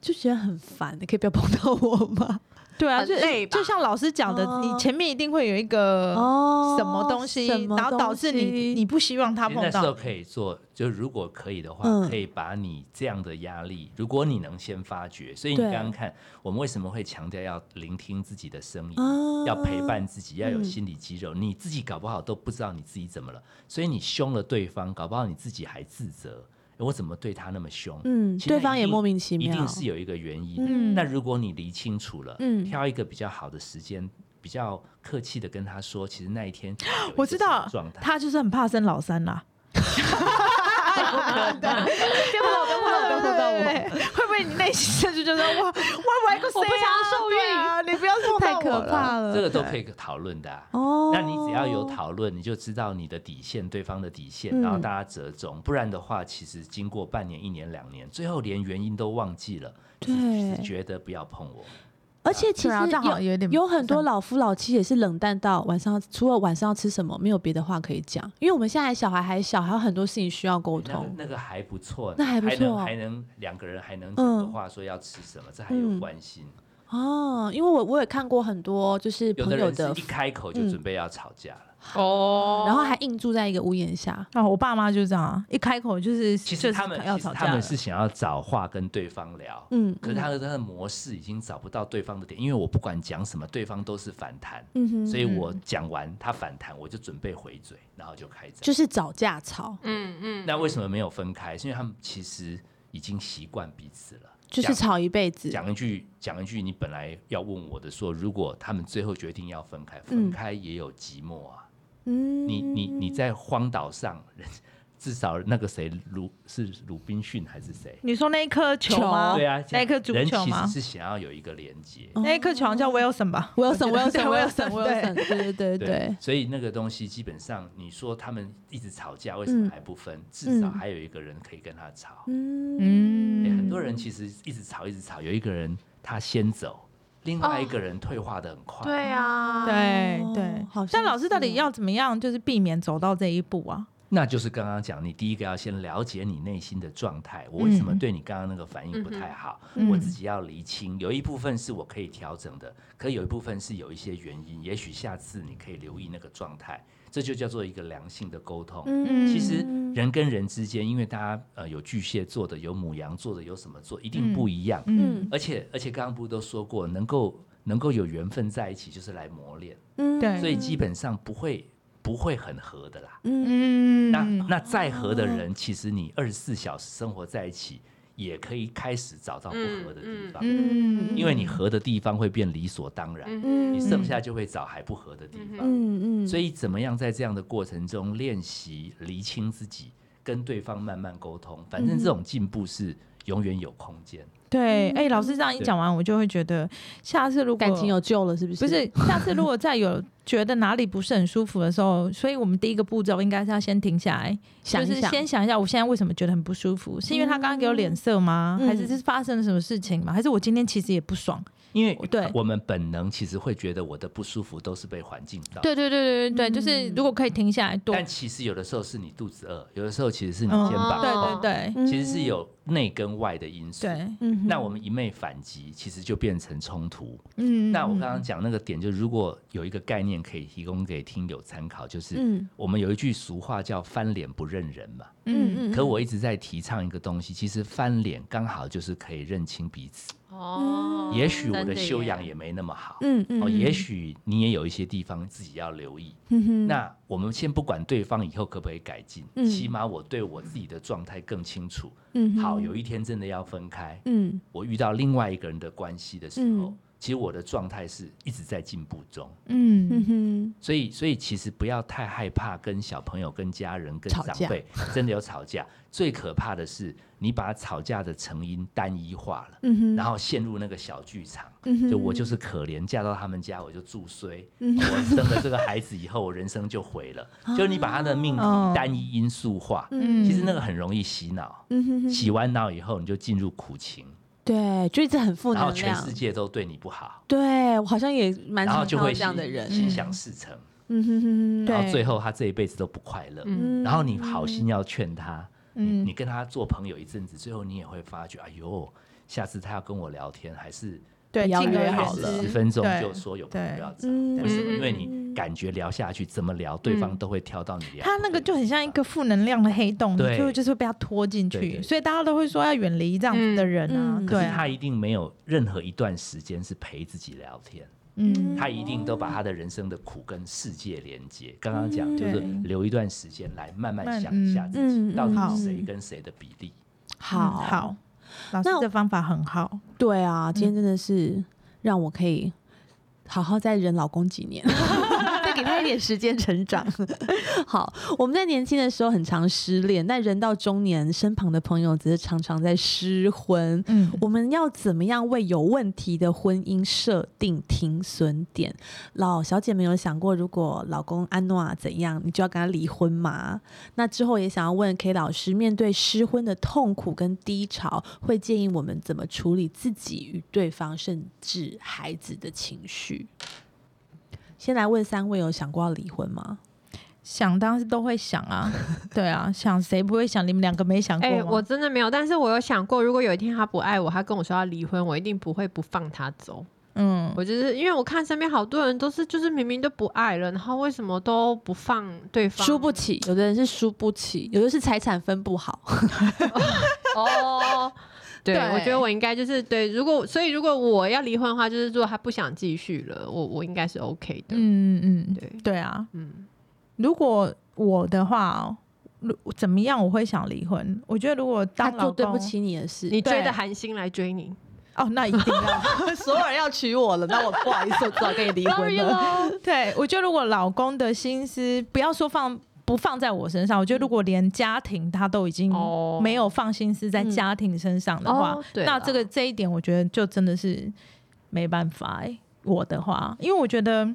Speaker 1: 就觉得很烦，你可以不要碰到我 吗？
Speaker 5: 对啊，
Speaker 4: 很
Speaker 5: 就
Speaker 4: 累吧
Speaker 5: 就像老师讲的，
Speaker 1: 哦
Speaker 5: 你前面一定会有一个
Speaker 1: 哦
Speaker 5: 呃什么东西，
Speaker 1: 什么
Speaker 5: 然后导致
Speaker 1: 东西
Speaker 5: 你你不希望他
Speaker 3: 其实那
Speaker 5: 碰
Speaker 3: 时候
Speaker 5: 到。
Speaker 3: 可以做，就如果可以的话，
Speaker 1: 嗯
Speaker 3: 可以把你这样的压力，如果你能先发觉，所以你
Speaker 1: 对
Speaker 3: 刚刚看我们为什么会强调要聆听自己的声音，
Speaker 1: 啊
Speaker 3: 要陪伴自己，要有
Speaker 1: 嗯
Speaker 3: 心理肌肉，你自己搞不好都不知道你自己怎么了，所以你凶了对方，搞不好你自己还自责，诶我怎么对他那么凶？
Speaker 1: 嗯，
Speaker 3: 其实
Speaker 1: 对方也
Speaker 3: 一定
Speaker 1: 莫名其
Speaker 3: 一
Speaker 1: 妙，
Speaker 3: 定是有一个原因。
Speaker 1: 嗯
Speaker 3: 那如果你理清楚了，
Speaker 1: 嗯
Speaker 3: 挑一个比较好的时间，比较客气的跟他说，其实那一天有一
Speaker 5: 我
Speaker 3: 个
Speaker 5: 知
Speaker 3: 什么
Speaker 5: 道
Speaker 3: 状，态。
Speaker 5: 他就是很怕生老三啦。
Speaker 1: 别碰到我，别碰到我，别碰到我。
Speaker 5: 对会不会你内心深处就说我我我一个谁
Speaker 4: 我不想要受
Speaker 5: 孕啊？你不要碰
Speaker 1: 太
Speaker 5: 到
Speaker 1: 可
Speaker 5: 我了。
Speaker 1: 怕了，
Speaker 3: 这个都可以讨论的、啊。
Speaker 1: 哦。
Speaker 3: 那你只要有啊讨论，你就知道你的底线，对方的底线，
Speaker 1: 嗯
Speaker 3: 然后大家折中。不然的话，其实经过半年、一年、两年，最后连原因都忘记了，只
Speaker 1: 对
Speaker 3: 只觉得不要碰我。
Speaker 1: 而且其实
Speaker 5: 对啊这样好
Speaker 1: 有
Speaker 5: 像有点
Speaker 1: 有很多老夫老妻也是冷淡到晚上，除了晚上要吃什么，没有别的话可以讲。因为我们现在小孩还小，还有很多事情需要沟
Speaker 3: 那
Speaker 1: 通。
Speaker 3: 那个还不错，
Speaker 1: 那还不错
Speaker 3: 还能还能两个人还能讲的
Speaker 1: 嗯
Speaker 3: 话，说要吃什么，这还
Speaker 1: 嗯
Speaker 3: 有关心。
Speaker 1: 哦，因为我我也看过很多就是
Speaker 3: 有
Speaker 1: 朋
Speaker 3: 的
Speaker 1: 友
Speaker 3: 人
Speaker 1: 的嗯
Speaker 3: 是一，开口就准备要吵架了，
Speaker 4: 哦
Speaker 1: 然后还硬住在一个屋檐下。
Speaker 5: 啊、我爸妈就是这样啊，一开口就是
Speaker 3: 其
Speaker 5: 就
Speaker 3: 实
Speaker 5: 是
Speaker 3: 他们
Speaker 5: 要
Speaker 3: 其实
Speaker 5: 吵
Speaker 3: 他
Speaker 5: 架
Speaker 3: 们
Speaker 5: 了。
Speaker 3: 是想要找话跟对方聊，
Speaker 1: 嗯，
Speaker 3: 可是他的他的模式已经找不到对方的点，因为我不管讲什么，对方都是反弹，
Speaker 1: 嗯哼，
Speaker 3: 所以我讲完他反弹，我就准备回嘴，然后就开战。
Speaker 1: 就是找架吵，
Speaker 4: 嗯嗯，
Speaker 3: 那为什么没有分开？是因为他们其实已经习惯彼此了。
Speaker 1: 就是吵一辈子。
Speaker 3: 讲一句，讲一句，你本来要问我的说，如果他们最后决定要分开，
Speaker 5: 嗯
Speaker 3: 分开也有寂寞啊。
Speaker 1: 嗯，
Speaker 3: 你你你在荒岛上，人至少那个谁，鲁是鲁滨逊还是谁？
Speaker 5: 你说那一颗球吗？
Speaker 1: 球
Speaker 3: 对啊，
Speaker 5: 哦那一颗足
Speaker 3: 人
Speaker 5: 球
Speaker 3: 其
Speaker 5: 吗哦
Speaker 3: 实？是想要有一个连接。
Speaker 5: 那一颗球好像叫 Wilson 吧
Speaker 1: Wilson
Speaker 5: 我觉得
Speaker 1: Wilson Wilson Wilson，
Speaker 5: 对
Speaker 1: 对对对对，
Speaker 3: 所以那个东西基本上，你说他们一直吵架，为什么还不分？至少还有一个人可以跟他吵。
Speaker 1: 嗯
Speaker 5: 嗯
Speaker 3: 诶很多人其实一直吵，一直吵，有一个人他先走，另外一
Speaker 5: 哦
Speaker 3: 个人退化的很快。
Speaker 4: 对啊，
Speaker 5: 对
Speaker 1: 哦
Speaker 5: 对
Speaker 1: 好像，
Speaker 5: 但老师到
Speaker 1: 是
Speaker 5: 底
Speaker 1: 哦
Speaker 5: 要怎么样，就是避免走到这一步啊？
Speaker 3: 那就是刚刚讲，你第一个要先了解你内心的状态。我为什么对你刚刚那个反应不太好？
Speaker 5: 嗯
Speaker 3: 我自己要厘清，有一部分是我可以调整的，可有一部分是有一些原因，也许下次你可以留意那个状态，这就叫做一个良性的沟通。
Speaker 1: 嗯
Speaker 3: 其实人跟人之间，因为大家呃有巨蟹座的，有母羊座的，有什么座，一定不一样。
Speaker 5: 嗯，
Speaker 3: 而且而且刚刚不是都说过，能够能够有缘分在一起，就是来磨练，
Speaker 1: 嗯
Speaker 5: 对
Speaker 3: 所以基本上不会不会很合的啦。
Speaker 1: 嗯
Speaker 5: 嗯，
Speaker 3: 那那再合的人，其实你二十四小时生活在一起，也可以开始找到不合的地方，
Speaker 5: 嗯
Speaker 3: 因为你合的地方会变理所当然，
Speaker 1: 嗯
Speaker 3: 你剩下就会找还不合的地方。
Speaker 1: 嗯嗯，
Speaker 3: 所
Speaker 1: 以
Speaker 3: 以，怎么样在这样的过程中练习厘清自己，跟对方慢慢沟通？反
Speaker 1: 嗯
Speaker 3: 正这种进步是永远有空间。
Speaker 5: 对，哎、老师这样一
Speaker 3: 对
Speaker 5: 讲完，我就会觉得下次如果
Speaker 1: 感情有救了，是不是？
Speaker 5: 不是，下次如果再有觉得哪里不是很舒服的时候，所以我们第一个步骤应该是要先停下来，
Speaker 1: 想一
Speaker 5: 就是
Speaker 1: 想
Speaker 5: 先想一嗯下我现在为什么觉得很不舒服，是因为他刚刚给我脸色吗？
Speaker 1: 嗯
Speaker 5: 还是是发生了什么事情吗？还是我今天其实也不爽？
Speaker 3: 因为
Speaker 5: 对
Speaker 3: 我们本能其实会觉得我的不舒服都是被环境造成，
Speaker 5: 对对对对对对，就是如果可以停下来多，
Speaker 3: 但其实有的时候是你肚子饿，有的时候其实是你
Speaker 5: 嗯
Speaker 3: 肩膀
Speaker 5: 对哦
Speaker 3: 痛，
Speaker 5: 对对
Speaker 1: 嗯
Speaker 3: 其实是有内跟外的因素。
Speaker 5: 对，
Speaker 1: 嗯哼，
Speaker 3: 那我们一昧反击，其实就变成冲突。
Speaker 5: 嗯
Speaker 3: 那我刚刚讲那个点，就如果有一个概念可以提供给听友参考，就是
Speaker 1: 嗯
Speaker 3: 我们有一句俗话叫“翻脸不认人”嘛。
Speaker 5: 嗯
Speaker 3: 可我一直在提倡一个东西，其实翻脸刚好就是可以认清彼此。
Speaker 4: 哦
Speaker 3: 也许我的修养
Speaker 4: 也。
Speaker 3: 也没那么好，
Speaker 1: 嗯嗯
Speaker 3: 哦，也许你也有一些地方自己要留意。
Speaker 1: 嗯哼
Speaker 3: 那我们先不管对方以后可不可以改进，
Speaker 1: 嗯
Speaker 3: 起码我对我自己的状态更清楚。
Speaker 1: 嗯哼
Speaker 3: 好，有一天真的要分开，
Speaker 1: 嗯
Speaker 3: 我遇到另外一个人的关系的时候
Speaker 1: 嗯，
Speaker 3: 其实我的状态是一直在进步中。
Speaker 5: 嗯
Speaker 1: 嗯哼
Speaker 3: 所以，所以其实不要太害怕跟小朋友、跟家人、跟
Speaker 1: 吵
Speaker 3: 长
Speaker 1: 架
Speaker 3: 辈 真的有吵架。最可怕的是，你把吵架的成因单一化了，
Speaker 1: 嗯哼，
Speaker 3: 然后陷入那个小剧场。
Speaker 1: 嗯哼
Speaker 3: 就我就是可怜，嫁到他们家我就住衰，
Speaker 1: 嗯
Speaker 3: 我生了这个孩子以后，我人生就毁了。就你把他的命题
Speaker 5: 哦
Speaker 3: 单一因素化，
Speaker 5: 嗯
Speaker 3: 其实那个很容易洗脑。
Speaker 1: 嗯哼哼，
Speaker 3: 洗完脑以后，你就进入苦情，
Speaker 1: 对，就一直很负
Speaker 3: 然后
Speaker 1: 能
Speaker 3: 全
Speaker 1: 量
Speaker 3: 世。界都对你不好，
Speaker 1: 对我好像也蛮
Speaker 3: 然后
Speaker 1: 常
Speaker 3: 就
Speaker 1: 看到
Speaker 3: 会
Speaker 1: 这样的人，
Speaker 3: 心想事成，
Speaker 1: 嗯哼哼哼，
Speaker 3: 然后
Speaker 5: 对
Speaker 3: 最后他这一辈子都不快乐。
Speaker 1: 嗯
Speaker 3: 然后你好心要劝他，
Speaker 5: 嗯
Speaker 3: 你你跟他做朋友一阵子，最后你也会发觉，哎呦，下次他要跟我聊天，还是
Speaker 5: 对，
Speaker 1: 不要
Speaker 5: 进而
Speaker 1: 约
Speaker 5: 已
Speaker 1: 好
Speaker 5: 之
Speaker 1: 了
Speaker 3: 十分钟
Speaker 5: 对
Speaker 3: 就说有朋友要找，
Speaker 1: 嗯
Speaker 3: 为什么？
Speaker 4: 嗯
Speaker 3: 因为你感觉聊下去，怎么聊，对方都会挑到你聊。
Speaker 5: 它嗯那个就很像一个负能量的黑洞，
Speaker 3: 对
Speaker 5: 你就就是会被它拖进去，
Speaker 3: 对对
Speaker 5: 所以大家都会说要远离这样子的人啊，
Speaker 1: 嗯嗯
Speaker 3: 可
Speaker 5: 对
Speaker 3: 是
Speaker 5: 啊，
Speaker 3: 他一定没有任何一段时间是陪自己聊天，
Speaker 5: 嗯
Speaker 3: 他一定都把他的人生的苦跟世界连接。刚刚讲就是
Speaker 5: 嗯对
Speaker 3: 留一段时间来慢慢
Speaker 5: 慢
Speaker 3: 想一下
Speaker 5: 嗯
Speaker 3: 自己
Speaker 1: 嗯
Speaker 3: 到底
Speaker 5: 好
Speaker 3: 是谁跟谁的比例。
Speaker 1: 好
Speaker 5: 嗯好，老师
Speaker 1: 那我
Speaker 5: 这方法很好，
Speaker 1: 对啊，今天真的是让我可以好好再忍老公几年， 再给他一点时间成长。 好，我们在年轻的时候很常失恋，但人到中年，身旁的朋友只是常常在失婚。
Speaker 5: 嗯，
Speaker 1: 我们要怎么样为有问题的婚姻设定停损点？老小姐没有想过，如果老公安诺啊怎样，你就要跟他离婚吗？那之后也想要问 K 老师，面对失婚的痛苦跟低潮，会建议我们怎么处理自己与对方，甚至孩子的情绪？先来问三位，有想过要离婚吗？
Speaker 5: 想当时都会想 啊，对啊，想谁不会想？你们两个没想过
Speaker 4: 哎、
Speaker 5: 吗？
Speaker 4: 我真的没有，但是我有想过，如果有一天他不爱我，他跟我说要离婚，我一定不会不放他走。
Speaker 5: 嗯，
Speaker 4: 我就是因为我看身边好多人都是，就是明明都不爱了，然后为什么都不放对方？
Speaker 1: 输不起，有的人是输不起，有的是财产分不好。
Speaker 4: 哦。对，
Speaker 1: 对
Speaker 4: 我觉得我应该就是对，如果所以如果我要离婚的话，就是如果他不想继续了，我我应该是 OK 的。
Speaker 5: 嗯嗯嗯，
Speaker 4: 对
Speaker 5: 对啊，
Speaker 4: 嗯
Speaker 5: 如果我的话，哦如怎么样我会想离婚？我觉得如果
Speaker 1: 他
Speaker 5: 当老
Speaker 1: 做
Speaker 5: 公
Speaker 1: 对不起你的事，
Speaker 4: 你追
Speaker 5: 对
Speaker 4: 的韩星来追你
Speaker 5: 哦，那一定 要。
Speaker 1: 所有人要娶我了，那我不好意思，我只好跟你离婚
Speaker 4: ，sorry
Speaker 1: 了。
Speaker 4: 咯，
Speaker 5: 对，我觉得如果老公的心思不要说放不放在我身上，我觉得如果连家庭他都已经
Speaker 4: 哦
Speaker 5: 没有放心思在
Speaker 1: 嗯
Speaker 5: 家庭身上的话，
Speaker 4: 哦对
Speaker 5: 那
Speaker 4: 啦
Speaker 5: 这个这一点我觉得就真的是没办法、欸。我的话，因为我觉得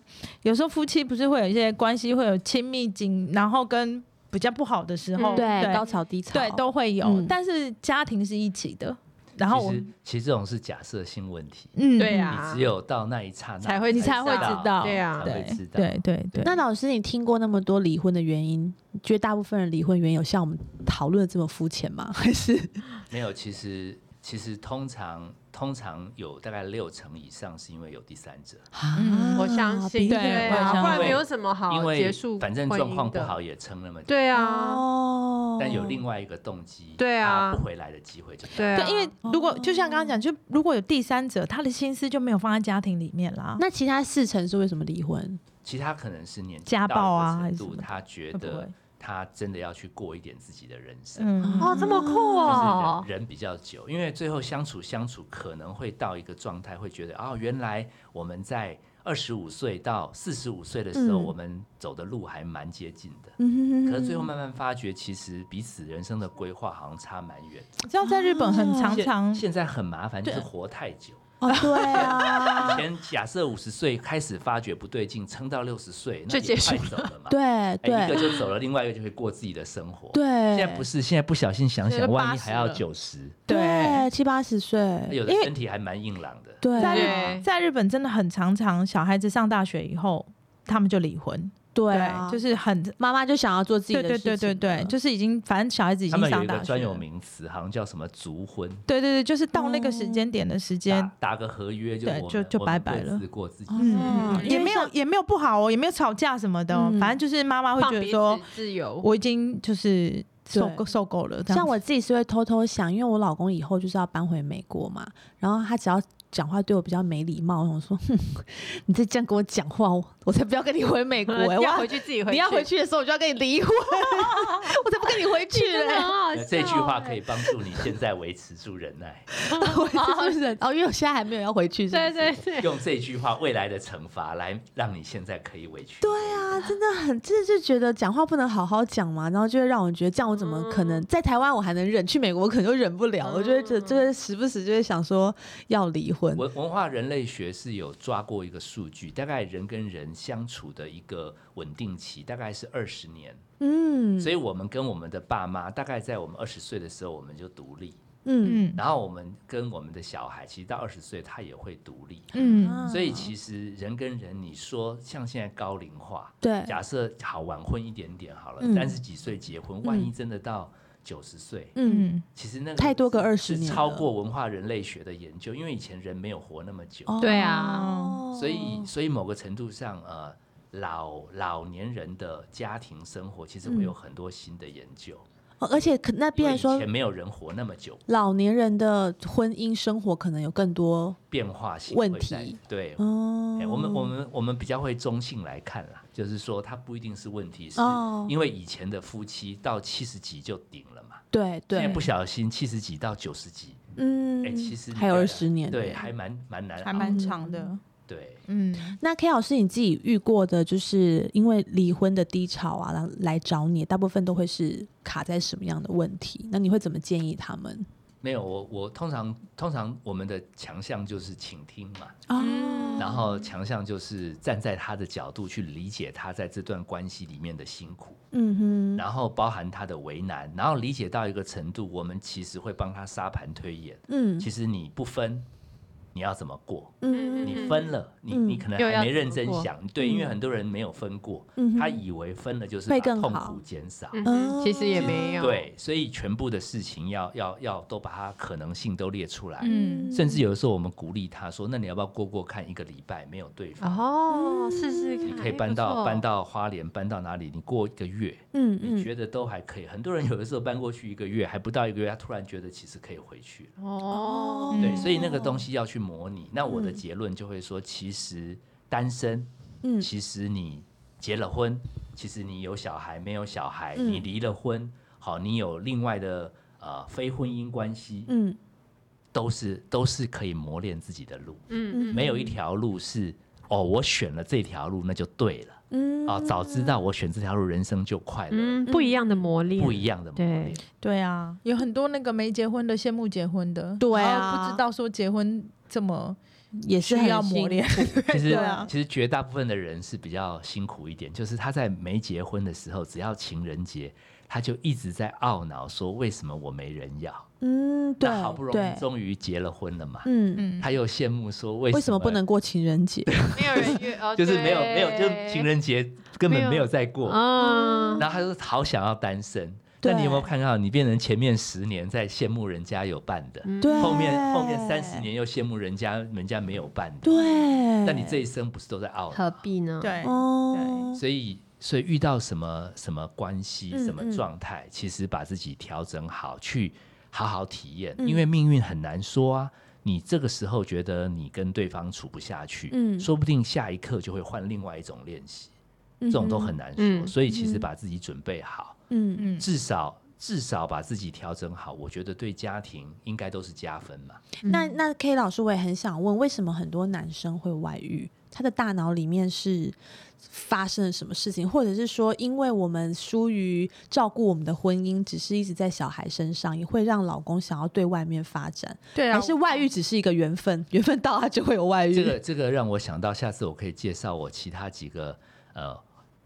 Speaker 5: 有时候夫妻不是会有一些关系会有亲密紧，然后跟比较不好的时候，
Speaker 4: 嗯
Speaker 1: 对，
Speaker 5: 对
Speaker 1: 高潮低潮，
Speaker 5: 对都会有，
Speaker 1: 嗯
Speaker 5: 但是家庭是一起的。然后我
Speaker 3: 其实其实这种是假设性问题，
Speaker 5: 嗯，
Speaker 4: 对
Speaker 5: 呀，
Speaker 4: 啊，
Speaker 3: 只有到那一刹那
Speaker 4: 才会
Speaker 5: 你才会
Speaker 4: 知
Speaker 5: 知道
Speaker 4: 对啊
Speaker 3: 才
Speaker 5: 对
Speaker 3: 会知道。
Speaker 5: 对对对。
Speaker 1: 那老师，你听过那么多离婚的原因，你觉得大部分人离婚原因有像我们讨论的这么肤浅 吗？还是
Speaker 3: 没有，其实其实通常通常有大概六成以上是因为有第三者，
Speaker 5: 嗯
Speaker 4: 我相信，
Speaker 1: 比
Speaker 5: 对
Speaker 4: 对
Speaker 5: 我也
Speaker 4: 啊，
Speaker 5: 相信
Speaker 4: 不然没有什么
Speaker 3: 因
Speaker 4: 好结
Speaker 3: 为
Speaker 4: 束婚姻的，
Speaker 3: 反正状况不好也撑那么久，
Speaker 4: 对啊，
Speaker 1: 哦，
Speaker 3: 但有另外一个动机，
Speaker 4: 对啊
Speaker 3: 他不回来的机会就大。
Speaker 4: 对啊，
Speaker 5: 对，因为如果就像刚刚讲，就如果有第三者，他的心思就没有放在家庭里面啦。
Speaker 1: 哦那其他四成是为什么离婚？
Speaker 3: 其他可能是年纪
Speaker 5: 家暴啊
Speaker 3: 到一个
Speaker 5: 还
Speaker 3: 程
Speaker 5: 是什
Speaker 3: 度，
Speaker 5: 么的
Speaker 3: 他觉
Speaker 5: 会不
Speaker 3: 得
Speaker 5: 会
Speaker 3: 他真的要去过一点自己的人生，
Speaker 5: 嗯，
Speaker 4: 哦，这么酷哦
Speaker 3: 就是人人比较久，因为最后相处相处可能会到一个状态，会觉得哦，原来我们在二十五岁到四十五岁的时候，
Speaker 1: 嗯
Speaker 3: 我们走的路还蛮接近的。
Speaker 1: 嗯
Speaker 3: 可是最后慢慢发觉，其实彼此人生的规划好像差蛮远的。
Speaker 5: 这样在日本很
Speaker 4: 哦
Speaker 5: 常
Speaker 3: 现
Speaker 5: 常
Speaker 3: 现在很麻烦，就
Speaker 5: 对
Speaker 3: 是活太久。
Speaker 1: 哦，对啊，
Speaker 3: 以前假设五十岁开始发觉不对劲，撑到六十岁，
Speaker 4: 就
Speaker 3: 那也
Speaker 4: 结束
Speaker 3: 快走了嘛。
Speaker 1: 对
Speaker 3: 哎一个
Speaker 1: 对
Speaker 3: 就走了，另外一个就会过自己的生活。，
Speaker 1: 对，
Speaker 3: 现在不是，现在不小心想
Speaker 5: 现
Speaker 3: 想，
Speaker 5: 在就
Speaker 3: 万一
Speaker 5: 80
Speaker 3: 还要
Speaker 5: 了
Speaker 3: 九十，
Speaker 1: 对七八十岁，
Speaker 3: 有的
Speaker 5: 因为
Speaker 3: 身体还蛮硬朗的。
Speaker 1: 嗯对
Speaker 5: 在
Speaker 4: 对
Speaker 5: 日在日本真的很常常小孩子上大学以后，他们就离婚，
Speaker 1: 对啊，
Speaker 5: 就是是很
Speaker 1: 妈妈就想要做自己
Speaker 5: 对
Speaker 1: 的
Speaker 5: 对
Speaker 1: 事情
Speaker 5: 对
Speaker 1: 了，
Speaker 5: 对对，就是已经反正小孩子已
Speaker 3: 他
Speaker 5: 经
Speaker 3: 们有
Speaker 5: 上
Speaker 3: 一
Speaker 5: 大
Speaker 3: 个
Speaker 5: 学，
Speaker 3: 专有，名词，好像叫什么“族婚
Speaker 5: 对对对，就是到那个时
Speaker 1: 嗯
Speaker 5: 间点的时”，间
Speaker 3: 打。打个合约就
Speaker 5: 对
Speaker 3: 我
Speaker 5: 就
Speaker 3: 们
Speaker 5: 就
Speaker 3: 我
Speaker 5: 拜
Speaker 3: 们
Speaker 5: 拜
Speaker 3: 各
Speaker 5: 了哦
Speaker 3: 自过自己。
Speaker 1: 嗯，因
Speaker 5: 也
Speaker 1: 为
Speaker 5: 没有
Speaker 1: 像
Speaker 5: 也没有不好哦，也没有吵架什么的哦、
Speaker 1: 嗯
Speaker 5: 反正就是妈妈会
Speaker 4: 放
Speaker 5: 觉得
Speaker 4: 彼
Speaker 5: 说
Speaker 4: 此，自由，
Speaker 5: 我已经就是受
Speaker 1: 对
Speaker 5: 够受够了。这样
Speaker 1: 像
Speaker 5: 子
Speaker 1: 我自己是会偷偷想，因为我老公以后就是要搬回美国嘛，然后他只要讲话对我比较没礼貌，我说哼， 你再这样跟我讲话，我我才不要跟你回 美国、
Speaker 4: 呃
Speaker 1: 欸，我
Speaker 4: 要回去自己回去，
Speaker 1: 你要回去的时候，我就要跟你离 婚，我才不跟你回去嘞、
Speaker 4: 真的很哦好
Speaker 3: 呃
Speaker 4: 笑
Speaker 3: 这句话可
Speaker 4: 欸
Speaker 3: 以帮助你现在维持住忍耐，
Speaker 1: 我是不是？哦，因为我现在还没有要回去是不
Speaker 4: 对
Speaker 1: 是，
Speaker 4: 对对，
Speaker 3: 用这句话未来的惩罚来让你现在可以委屈。
Speaker 1: 对啊，真的很，真的是觉得讲话不能好好讲嘛，然后就会让我觉得这样我怎么可
Speaker 4: 嗯
Speaker 1: 能、在台湾我还能忍，去美国我可能就忍不了，我就会觉得就会时不时就会想说要离婚。
Speaker 3: 文文化人类学是有抓过一个数据，大概人跟人相处的一个稳定期大概是二十年，
Speaker 1: 嗯
Speaker 3: 所以我们跟我们的爸妈大概在我们二十岁的时候我们就独立，
Speaker 1: 嗯
Speaker 5: 嗯
Speaker 3: 然后我们跟我们的小孩其实到二十岁他也会独立，
Speaker 5: 嗯
Speaker 3: 所以其实人跟人，你说像现在高龄化，
Speaker 1: 啊对
Speaker 3: 假设好晚婚一点点好了
Speaker 1: 嗯，
Speaker 3: 三十、几岁结婚，万一真的到九十岁，
Speaker 1: 嗯，
Speaker 3: 其实那个
Speaker 1: 太多个
Speaker 3: 是
Speaker 1: 20
Speaker 3: 是
Speaker 1: 年
Speaker 3: 超
Speaker 1: 了
Speaker 3: 过文化人类学的研究，因为以前人没有活那么久，
Speaker 1: 哦
Speaker 4: 对啊，
Speaker 3: 所以所以某个程度上，呃，老老年人的家庭生活其实会有很多新的研究，
Speaker 1: 哦而且可嗯那
Speaker 3: 因为
Speaker 1: 变
Speaker 3: 以
Speaker 1: 说
Speaker 3: 前没有人活那么久，
Speaker 1: 老年人的婚姻生活可能有更多
Speaker 3: 变化性
Speaker 1: 问
Speaker 3: 会在
Speaker 1: 题
Speaker 3: 对。
Speaker 1: 哦
Speaker 3: 哎、我们我们我们比较会中性来看啦，就是说它不一定是问题，是
Speaker 1: 哦
Speaker 3: 因为以前的夫妻到七十几就顶了嘛，
Speaker 1: 对
Speaker 3: 现
Speaker 1: 对
Speaker 3: 在不小心七十几到九十几，
Speaker 1: 嗯
Speaker 3: 哎、其实你
Speaker 1: 还有
Speaker 3: 的
Speaker 1: 二十年
Speaker 3: 对，啊
Speaker 1: 呢
Speaker 3: 还蛮蛮难
Speaker 5: 还
Speaker 3: 熬，
Speaker 5: 蛮长的。
Speaker 3: 对，
Speaker 5: 嗯，
Speaker 1: 那 K 老师你自己遇过的，就是因为离婚的低潮啊，来来找你，大部分都会是卡在什么样的问题？那你会怎么建议他们？
Speaker 3: 没有我我通常通常我们的强项就是倾听嘛，
Speaker 1: 啊、
Speaker 5: 嗯
Speaker 3: 然后强项就是站在他的角度去理解他在这段关系里面的辛苦，
Speaker 1: 嗯哼，
Speaker 3: 然后包含他的为难，然后理解到一个程度，我们其实会帮他沙盘推演。
Speaker 1: 嗯
Speaker 3: 其实你不分，你要怎么过？
Speaker 1: 嗯
Speaker 3: 你分了，你你
Speaker 1: 嗯
Speaker 3: 可能
Speaker 4: 又要
Speaker 3: 还没
Speaker 4: 怎
Speaker 3: 认
Speaker 4: 么
Speaker 3: 真
Speaker 4: 过
Speaker 3: 想，对，因为
Speaker 1: 嗯
Speaker 3: 很多人没有分过，
Speaker 1: 嗯哼
Speaker 3: 他以为分了就是
Speaker 1: 会
Speaker 3: 把
Speaker 1: 更
Speaker 3: 痛
Speaker 1: 好
Speaker 3: 苦减少，
Speaker 4: 嗯哼，其实也没有，
Speaker 3: 对，所以全部的事情要要要都把它可能性都列出来，
Speaker 5: 嗯
Speaker 3: 甚至有的时候我们鼓励他说，那你要不要过过看一个礼拜没有对方？
Speaker 4: 哦，试试看，
Speaker 3: 你可
Speaker 4: 哎
Speaker 3: 以搬到、搬，
Speaker 4: 不错
Speaker 3: 到花莲，搬到哪里？你过一个月，
Speaker 1: 嗯
Speaker 3: 你
Speaker 1: 嗯，
Speaker 3: 觉得都还可以。很多人有的时候搬过去一个月，还不到一个月，他突然觉得其实可以回去了。
Speaker 4: 哦，
Speaker 5: 嗯
Speaker 3: 对，所以那个东西要去模拟。那我的
Speaker 1: 嗯
Speaker 3: 结论就会说，其实单身，
Speaker 1: 嗯
Speaker 3: 其实你结了婚，其实你有小孩没有小孩，
Speaker 1: 嗯
Speaker 3: 你离了婚，好，你有另外的呃非婚姻关系，
Speaker 1: 嗯
Speaker 3: 都是都是可以磨练自己的路。
Speaker 4: 嗯
Speaker 3: 没有一条路是哦，我选了这条路那就对了。
Speaker 1: 嗯
Speaker 3: 啊，早知道我选这条路，人生就快乐，
Speaker 4: 嗯，不一样的磨练，
Speaker 3: 不一样的磨练。
Speaker 5: 对啊，有很多那个没结婚的羡慕结婚的，
Speaker 1: 对啊
Speaker 5: 然后不知道说结婚这么
Speaker 1: 也是
Speaker 5: 需
Speaker 1: 很
Speaker 5: 要
Speaker 1: 辛
Speaker 5: 磨练，
Speaker 3: 其实、
Speaker 5: 对啊
Speaker 3: 其实绝大部分的人是比较辛苦一点，就是他在没结婚的时候，只要情人节，他就一直在懊恼说为什么我没人要。
Speaker 1: 嗯，对，
Speaker 3: 那好不容
Speaker 1: 对
Speaker 3: 易终于结了婚了嘛，
Speaker 1: 嗯，
Speaker 5: 嗯，
Speaker 3: 他又羡慕说为
Speaker 1: 为什么不能？过情人节？
Speaker 4: 没有人 约，哦
Speaker 3: 就是没有没有，就情，人节根
Speaker 4: 没
Speaker 3: 本
Speaker 4: 有
Speaker 3: 没有在
Speaker 4: 对
Speaker 3: 过。
Speaker 4: 嗯，
Speaker 3: 然后他说好想要单身，
Speaker 1: 对
Speaker 3: 那你有没有看到你变成前面十年在羡慕人家有伴的，
Speaker 4: 嗯
Speaker 1: 对
Speaker 3: 后面后面三十年又羡慕人家人家没有伴的？
Speaker 1: 哎对，
Speaker 3: 那你这一生不是都在懊恼？
Speaker 4: 何必呢？
Speaker 5: 对，
Speaker 1: 哦，
Speaker 3: 所以，所以遇到什么什么关系、
Speaker 1: 嗯
Speaker 3: 什么状态，其实把自己调整好，去好好体验，
Speaker 1: 嗯
Speaker 3: 因为命运很难说啊。你这个时候觉得你跟对方处不下去，
Speaker 1: 嗯
Speaker 3: 说不定下一刻就会换另外一种练习，这种都很难说。
Speaker 4: 嗯
Speaker 3: 所以，其实把自己准备好，
Speaker 1: 嗯
Speaker 5: 嗯，
Speaker 3: 至少至少把自己调整好，我觉得对家庭应该都是加分嘛。
Speaker 1: 那那 K 老师，我也很想问，为什么很多男生会外遇？他的大脑里面是发生了什么事情，或者是说，因为我们疏于照顾我们的婚姻，只是一直在小孩身上，也会让老公想要对外面发展，
Speaker 5: 对啊
Speaker 1: 还，是外遇只是一个缘分，缘分到他就会有外遇？
Speaker 3: 这个这个让我想到，下次我可以介绍我其他几个呃，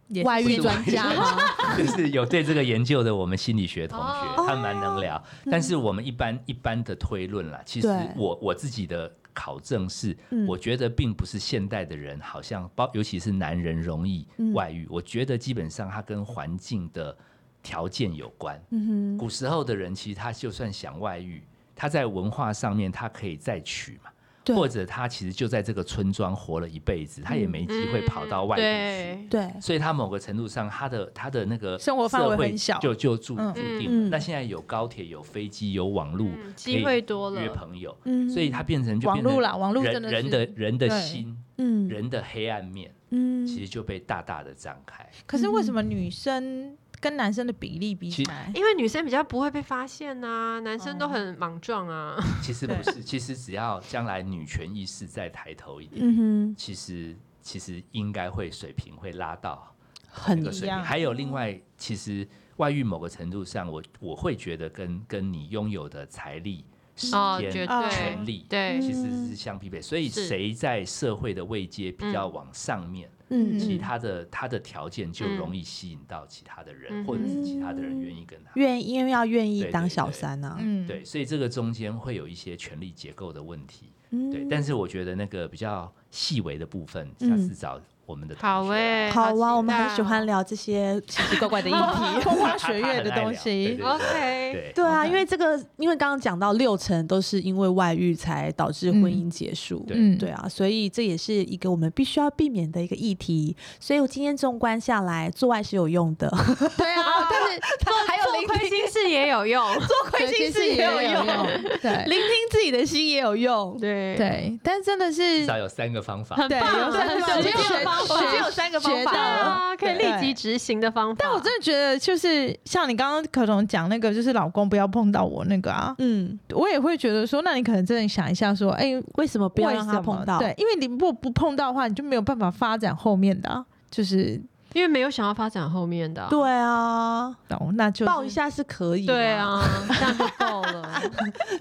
Speaker 5: 也
Speaker 1: 外遇
Speaker 3: 是
Speaker 1: 专家 吗？
Speaker 3: 就是有对这个研究的我们心理学同学，
Speaker 4: 哦
Speaker 3: 他们蛮能聊。但是我们一般一般的推论啦，其实
Speaker 1: 对
Speaker 3: 我我自己的考证是，
Speaker 1: 嗯
Speaker 3: 我觉得并不是现代的人好像包，尤其是男人容易
Speaker 1: 嗯
Speaker 3: 外遇。我觉得基本上他跟环境的条件有关。
Speaker 1: 嗯哼，
Speaker 3: 古时候的人其实他就算想外遇，他在文化上面他可以再娶嘛，
Speaker 1: 对
Speaker 3: 或者他其实就在这个村庄活了一辈子，他也
Speaker 5: 嗯
Speaker 3: 没机会跑到外地去。
Speaker 4: 对，
Speaker 1: 对，
Speaker 3: 所以他某个程度上，他的他的那个
Speaker 5: 生活范围
Speaker 3: 社会
Speaker 5: 很小
Speaker 3: 就就注
Speaker 5: 嗯
Speaker 3: 注定
Speaker 1: 嗯
Speaker 3: 了。那现在有高铁、有飞机、有网络
Speaker 4: 嗯，机会多
Speaker 3: 可以约
Speaker 4: 了，
Speaker 3: 朋友，
Speaker 1: 嗯
Speaker 3: 所以他变成就
Speaker 5: 网
Speaker 3: 变成
Speaker 5: 络啦，网络真
Speaker 3: 人
Speaker 5: 的
Speaker 3: 人
Speaker 5: 是
Speaker 3: 的人的
Speaker 5: 对
Speaker 3: 心、
Speaker 1: 嗯
Speaker 3: 人的黑暗面，
Speaker 1: 嗯
Speaker 3: 其实就被大大的张开。
Speaker 5: 可是为什么女生跟男生的比例比起来？
Speaker 4: 因为女生比较不会被发现呐，男生都
Speaker 5: 哦
Speaker 4: 很莽撞啊。
Speaker 3: 其实不是，其实只要将来女权意识再抬头一点，
Speaker 1: 嗯哼，
Speaker 3: 其实其实应该会水平会拉到那
Speaker 1: 很
Speaker 3: 个水平。
Speaker 5: 一样
Speaker 3: 还有另外，其实外遇某个程度上，我我会觉得跟跟你拥有的财力、时
Speaker 4: 哦，绝
Speaker 3: 间、
Speaker 5: 啊
Speaker 3: 权
Speaker 4: 对
Speaker 3: 力，
Speaker 4: 对，
Speaker 3: 其实是相匹配。所以
Speaker 4: 是
Speaker 3: 谁在社会的位阶比较往上面，
Speaker 1: 嗯
Speaker 3: 其
Speaker 1: 嗯
Speaker 3: 他的他的条件就容易吸引到其他的人，
Speaker 4: 嗯
Speaker 3: 或者是其他的人愿意跟他。
Speaker 1: 愿意因为要愿意
Speaker 3: 对对
Speaker 1: 当小
Speaker 3: 对
Speaker 1: 三啊，
Speaker 5: 嗯，
Speaker 3: 对，所以这个中间会有一些权力结构的问题。
Speaker 1: 嗯
Speaker 3: 对，但是我觉得那个比较细微的部分，
Speaker 1: 嗯
Speaker 3: 下次找我们的同学
Speaker 4: 好哎，
Speaker 1: 好
Speaker 4: 期
Speaker 1: 啊，我们很喜
Speaker 4: 待哦
Speaker 1: 欢聊这 些奇奇怪怪的议
Speaker 5: 啊
Speaker 1: 题。
Speaker 5: 风花雪月的东
Speaker 3: 对
Speaker 5: 西
Speaker 3: 对，
Speaker 4: OK，
Speaker 3: 对
Speaker 1: 对啊，
Speaker 5: OK
Speaker 1: 因为这个，因为刚刚讲到六成都是因为外遇才导致婚姻结束，
Speaker 3: 对
Speaker 5: 嗯
Speaker 1: 对啊，所以这也是一个我们必须要避免的一个议题。所以我今天纵观下来，做爱是有用的，
Speaker 5: 对啊，但是还有
Speaker 4: 做
Speaker 5: 聆
Speaker 4: 亏
Speaker 5: 听，
Speaker 4: 心事也有 用，
Speaker 1: 做亏心事也 有用，
Speaker 5: 对
Speaker 1: 聆听自己的心也有用。
Speaker 4: 对，
Speaker 5: 对，但真的是
Speaker 3: 至少有三个方法。
Speaker 4: 很
Speaker 5: 对，
Speaker 4: 棒，
Speaker 5: 有三
Speaker 4: 很
Speaker 5: 个方
Speaker 4: 实
Speaker 5: 法
Speaker 4: 际的方法
Speaker 5: 我只有三个
Speaker 1: 学
Speaker 5: 方
Speaker 1: 到
Speaker 4: 对
Speaker 1: 了
Speaker 5: 法。
Speaker 4: 啊，可以
Speaker 5: 对
Speaker 4: 立即执行的方法。
Speaker 5: 但我真的觉得，就是像你刚刚可能讲那个，就是老公不要碰到我那个啊，
Speaker 1: 嗯，
Speaker 5: 我也会觉得说，那你可能真的想一下说，哎、
Speaker 1: 为什么啊不要
Speaker 5: 为
Speaker 1: 让
Speaker 5: 什
Speaker 1: 他
Speaker 5: 么
Speaker 1: 碰到？
Speaker 5: 对，因为你如果不碰到的话，你就没有办法发展后面的啊、就是
Speaker 4: 因为没有想要发展后面的啊，
Speaker 1: 对啊，
Speaker 5: 懂，那就
Speaker 1: 抱一下是可以，
Speaker 4: 对，啊，这样就够 了。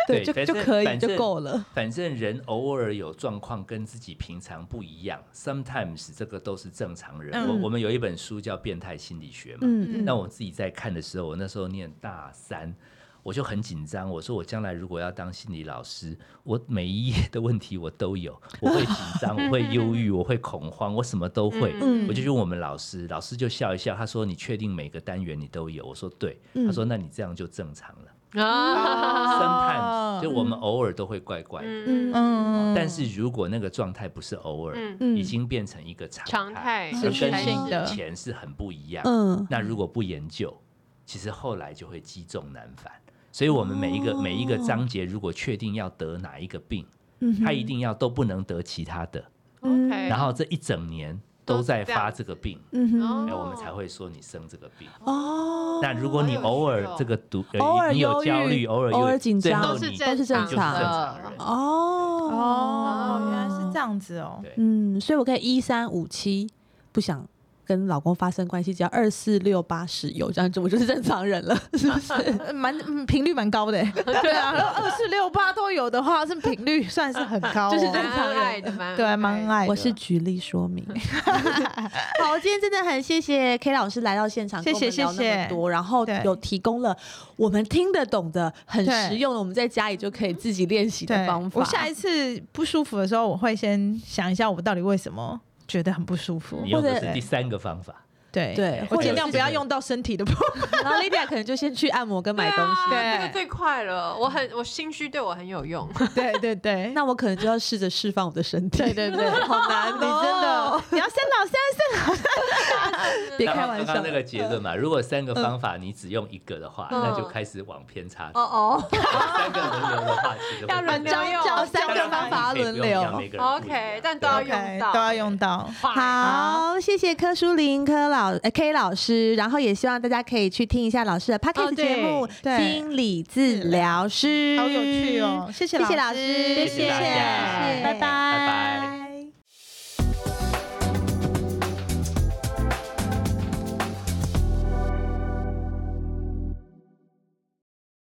Speaker 1: 对，
Speaker 3: 对
Speaker 1: 就
Speaker 3: 但
Speaker 1: 就是可以
Speaker 3: 反
Speaker 1: 就
Speaker 3: 正
Speaker 1: 够了。
Speaker 3: 反正人偶尔有状况跟自己平常不一样，sometimes 这个都是正常人。
Speaker 5: 嗯
Speaker 3: 我我们有一本书叫《变态心理学》嘛，
Speaker 1: 嗯
Speaker 3: 那
Speaker 1: 嗯
Speaker 3: 我自己在看的时候，我那时候念大三，我就很紧张。我说我将来如果要当心理老师，我每一页的问题我都有，我会紧张，我会忧郁，我会恐慌，我什么都会。
Speaker 1: 嗯
Speaker 3: 我就去问我们老师，老师就笑一笑，他说：“你确定每个单元你都有？”我说：“对。”他
Speaker 4: 嗯
Speaker 3: 说：“那你这样就正常了。
Speaker 4: 啊，
Speaker 5: 哦
Speaker 3: Sometimes 就我们偶尔都会怪怪的，
Speaker 4: 嗯嗯
Speaker 5: 嗯，
Speaker 3: 但是如果那个状态不是偶尔，
Speaker 4: 嗯，
Speaker 1: 嗯
Speaker 3: 已经变成一个常
Speaker 4: 常态
Speaker 3: 而
Speaker 5: 持续
Speaker 3: 跟你
Speaker 5: 性的
Speaker 3: 以前是很不一样。
Speaker 1: 嗯
Speaker 3: 那如果不研究，其实后来就会积重难返。所以，我们每一个、每一
Speaker 4: 哦
Speaker 3: 个章节，如果确定要得哪一个病，
Speaker 1: 嗯
Speaker 3: 他一定要都不能得其他的，
Speaker 1: 嗯
Speaker 4: OK，
Speaker 3: 然后这一整年
Speaker 4: 都
Speaker 3: 都
Speaker 4: 是
Speaker 3: 在
Speaker 4: 这样
Speaker 3: 发这个病，
Speaker 1: 嗯哼
Speaker 4: 哦
Speaker 3: 哎，我们才会说你生这个病。
Speaker 1: 哦，
Speaker 3: 那如果你
Speaker 4: 好有趣
Speaker 3: 偶尔
Speaker 4: 哦
Speaker 3: 这个毒，呃
Speaker 1: 偶尔
Speaker 3: 你有焦
Speaker 1: 忧郁
Speaker 3: 虑，偶尔
Speaker 1: 偶尔
Speaker 3: 忧郁
Speaker 1: 紧张
Speaker 3: 最后
Speaker 4: 都是
Speaker 3: 你
Speaker 4: 正
Speaker 1: 都是正
Speaker 3: 你就是
Speaker 1: 常
Speaker 3: 正
Speaker 1: 的
Speaker 3: 常人。
Speaker 1: 哦
Speaker 5: 哦，原来是这。样子哦，
Speaker 3: 对
Speaker 1: 嗯，所以我可以一三五七不想跟老公发生关系，只要二四六八十有这样子，我就是正常人了，是不是？
Speaker 5: 呃蛮嗯频率蛮高的欸，对啊， 二四六八都有的话，是频率算是很高哦，
Speaker 1: 就是这
Speaker 4: 蛮
Speaker 1: 正常人
Speaker 4: 爱的，啊蛮
Speaker 5: 对，啊蛮
Speaker 4: 爱
Speaker 5: 爱的。
Speaker 1: 我是举例说明。 好，今天真的很谢谢 K 老师来到现场，
Speaker 5: 谢谢
Speaker 1: 跟我们聊那么多，然后
Speaker 5: 对
Speaker 1: 有提供了我们听得懂的、很
Speaker 5: 对
Speaker 1: 实用的，我们在家里就可以自己练习的
Speaker 5: 对
Speaker 1: 方，法。
Speaker 5: 我下一次不舒服的时候，我会先想一下我到底为什么觉得很不舒服
Speaker 3: 你。用的
Speaker 1: 或
Speaker 3: 是
Speaker 1: 者
Speaker 3: 第三个方法，
Speaker 5: 对
Speaker 1: 对
Speaker 5: 我
Speaker 1: 或
Speaker 5: 尽
Speaker 1: 者
Speaker 5: 量
Speaker 1: 是
Speaker 5: 不要用到身体的部分。
Speaker 1: 然后 Lydia 可能就先去按摩跟买东西，
Speaker 4: 对啊，
Speaker 5: 对
Speaker 4: 这个最快了。我很我心虚，对我很有用。
Speaker 5: 对 对 对，
Speaker 1: 那我可能就要试着释放我的身体。
Speaker 5: 对对对，
Speaker 1: 好 难
Speaker 5: 你
Speaker 1: 哦
Speaker 5: 真的你要生老生
Speaker 1: 别
Speaker 3: 刚
Speaker 1: 开
Speaker 3: 刚
Speaker 1: 玩
Speaker 3: 刚
Speaker 1: 笑嗯
Speaker 3: 刚。那个结论嘛，如果三个方法你只用一个的话，
Speaker 4: 嗯
Speaker 3: 那就开始往偏差走
Speaker 4: 哦。 哦
Speaker 3: 三个轮流的话，其实会
Speaker 4: 要轮流
Speaker 1: 教教三个方法轮流。
Speaker 4: ，OK，但都要
Speaker 3: 啊
Speaker 5: ，OK，
Speaker 4: 用到，
Speaker 5: 都要用到。
Speaker 4: 快
Speaker 1: 好，谢谢柯淑玲柯老呃 K 老师，然后也希望大家可以去听一下老师的 podcast
Speaker 5: 哦
Speaker 1: 节
Speaker 5: 对
Speaker 1: 目
Speaker 5: 对
Speaker 1: 《心理治疗师》，
Speaker 5: 好有趣哦，谢谢
Speaker 1: 谢谢老师，
Speaker 5: 师，
Speaker 3: 谢谢大家
Speaker 1: 谢谢
Speaker 3: 拜
Speaker 2: 拜拜
Speaker 3: 拜拜。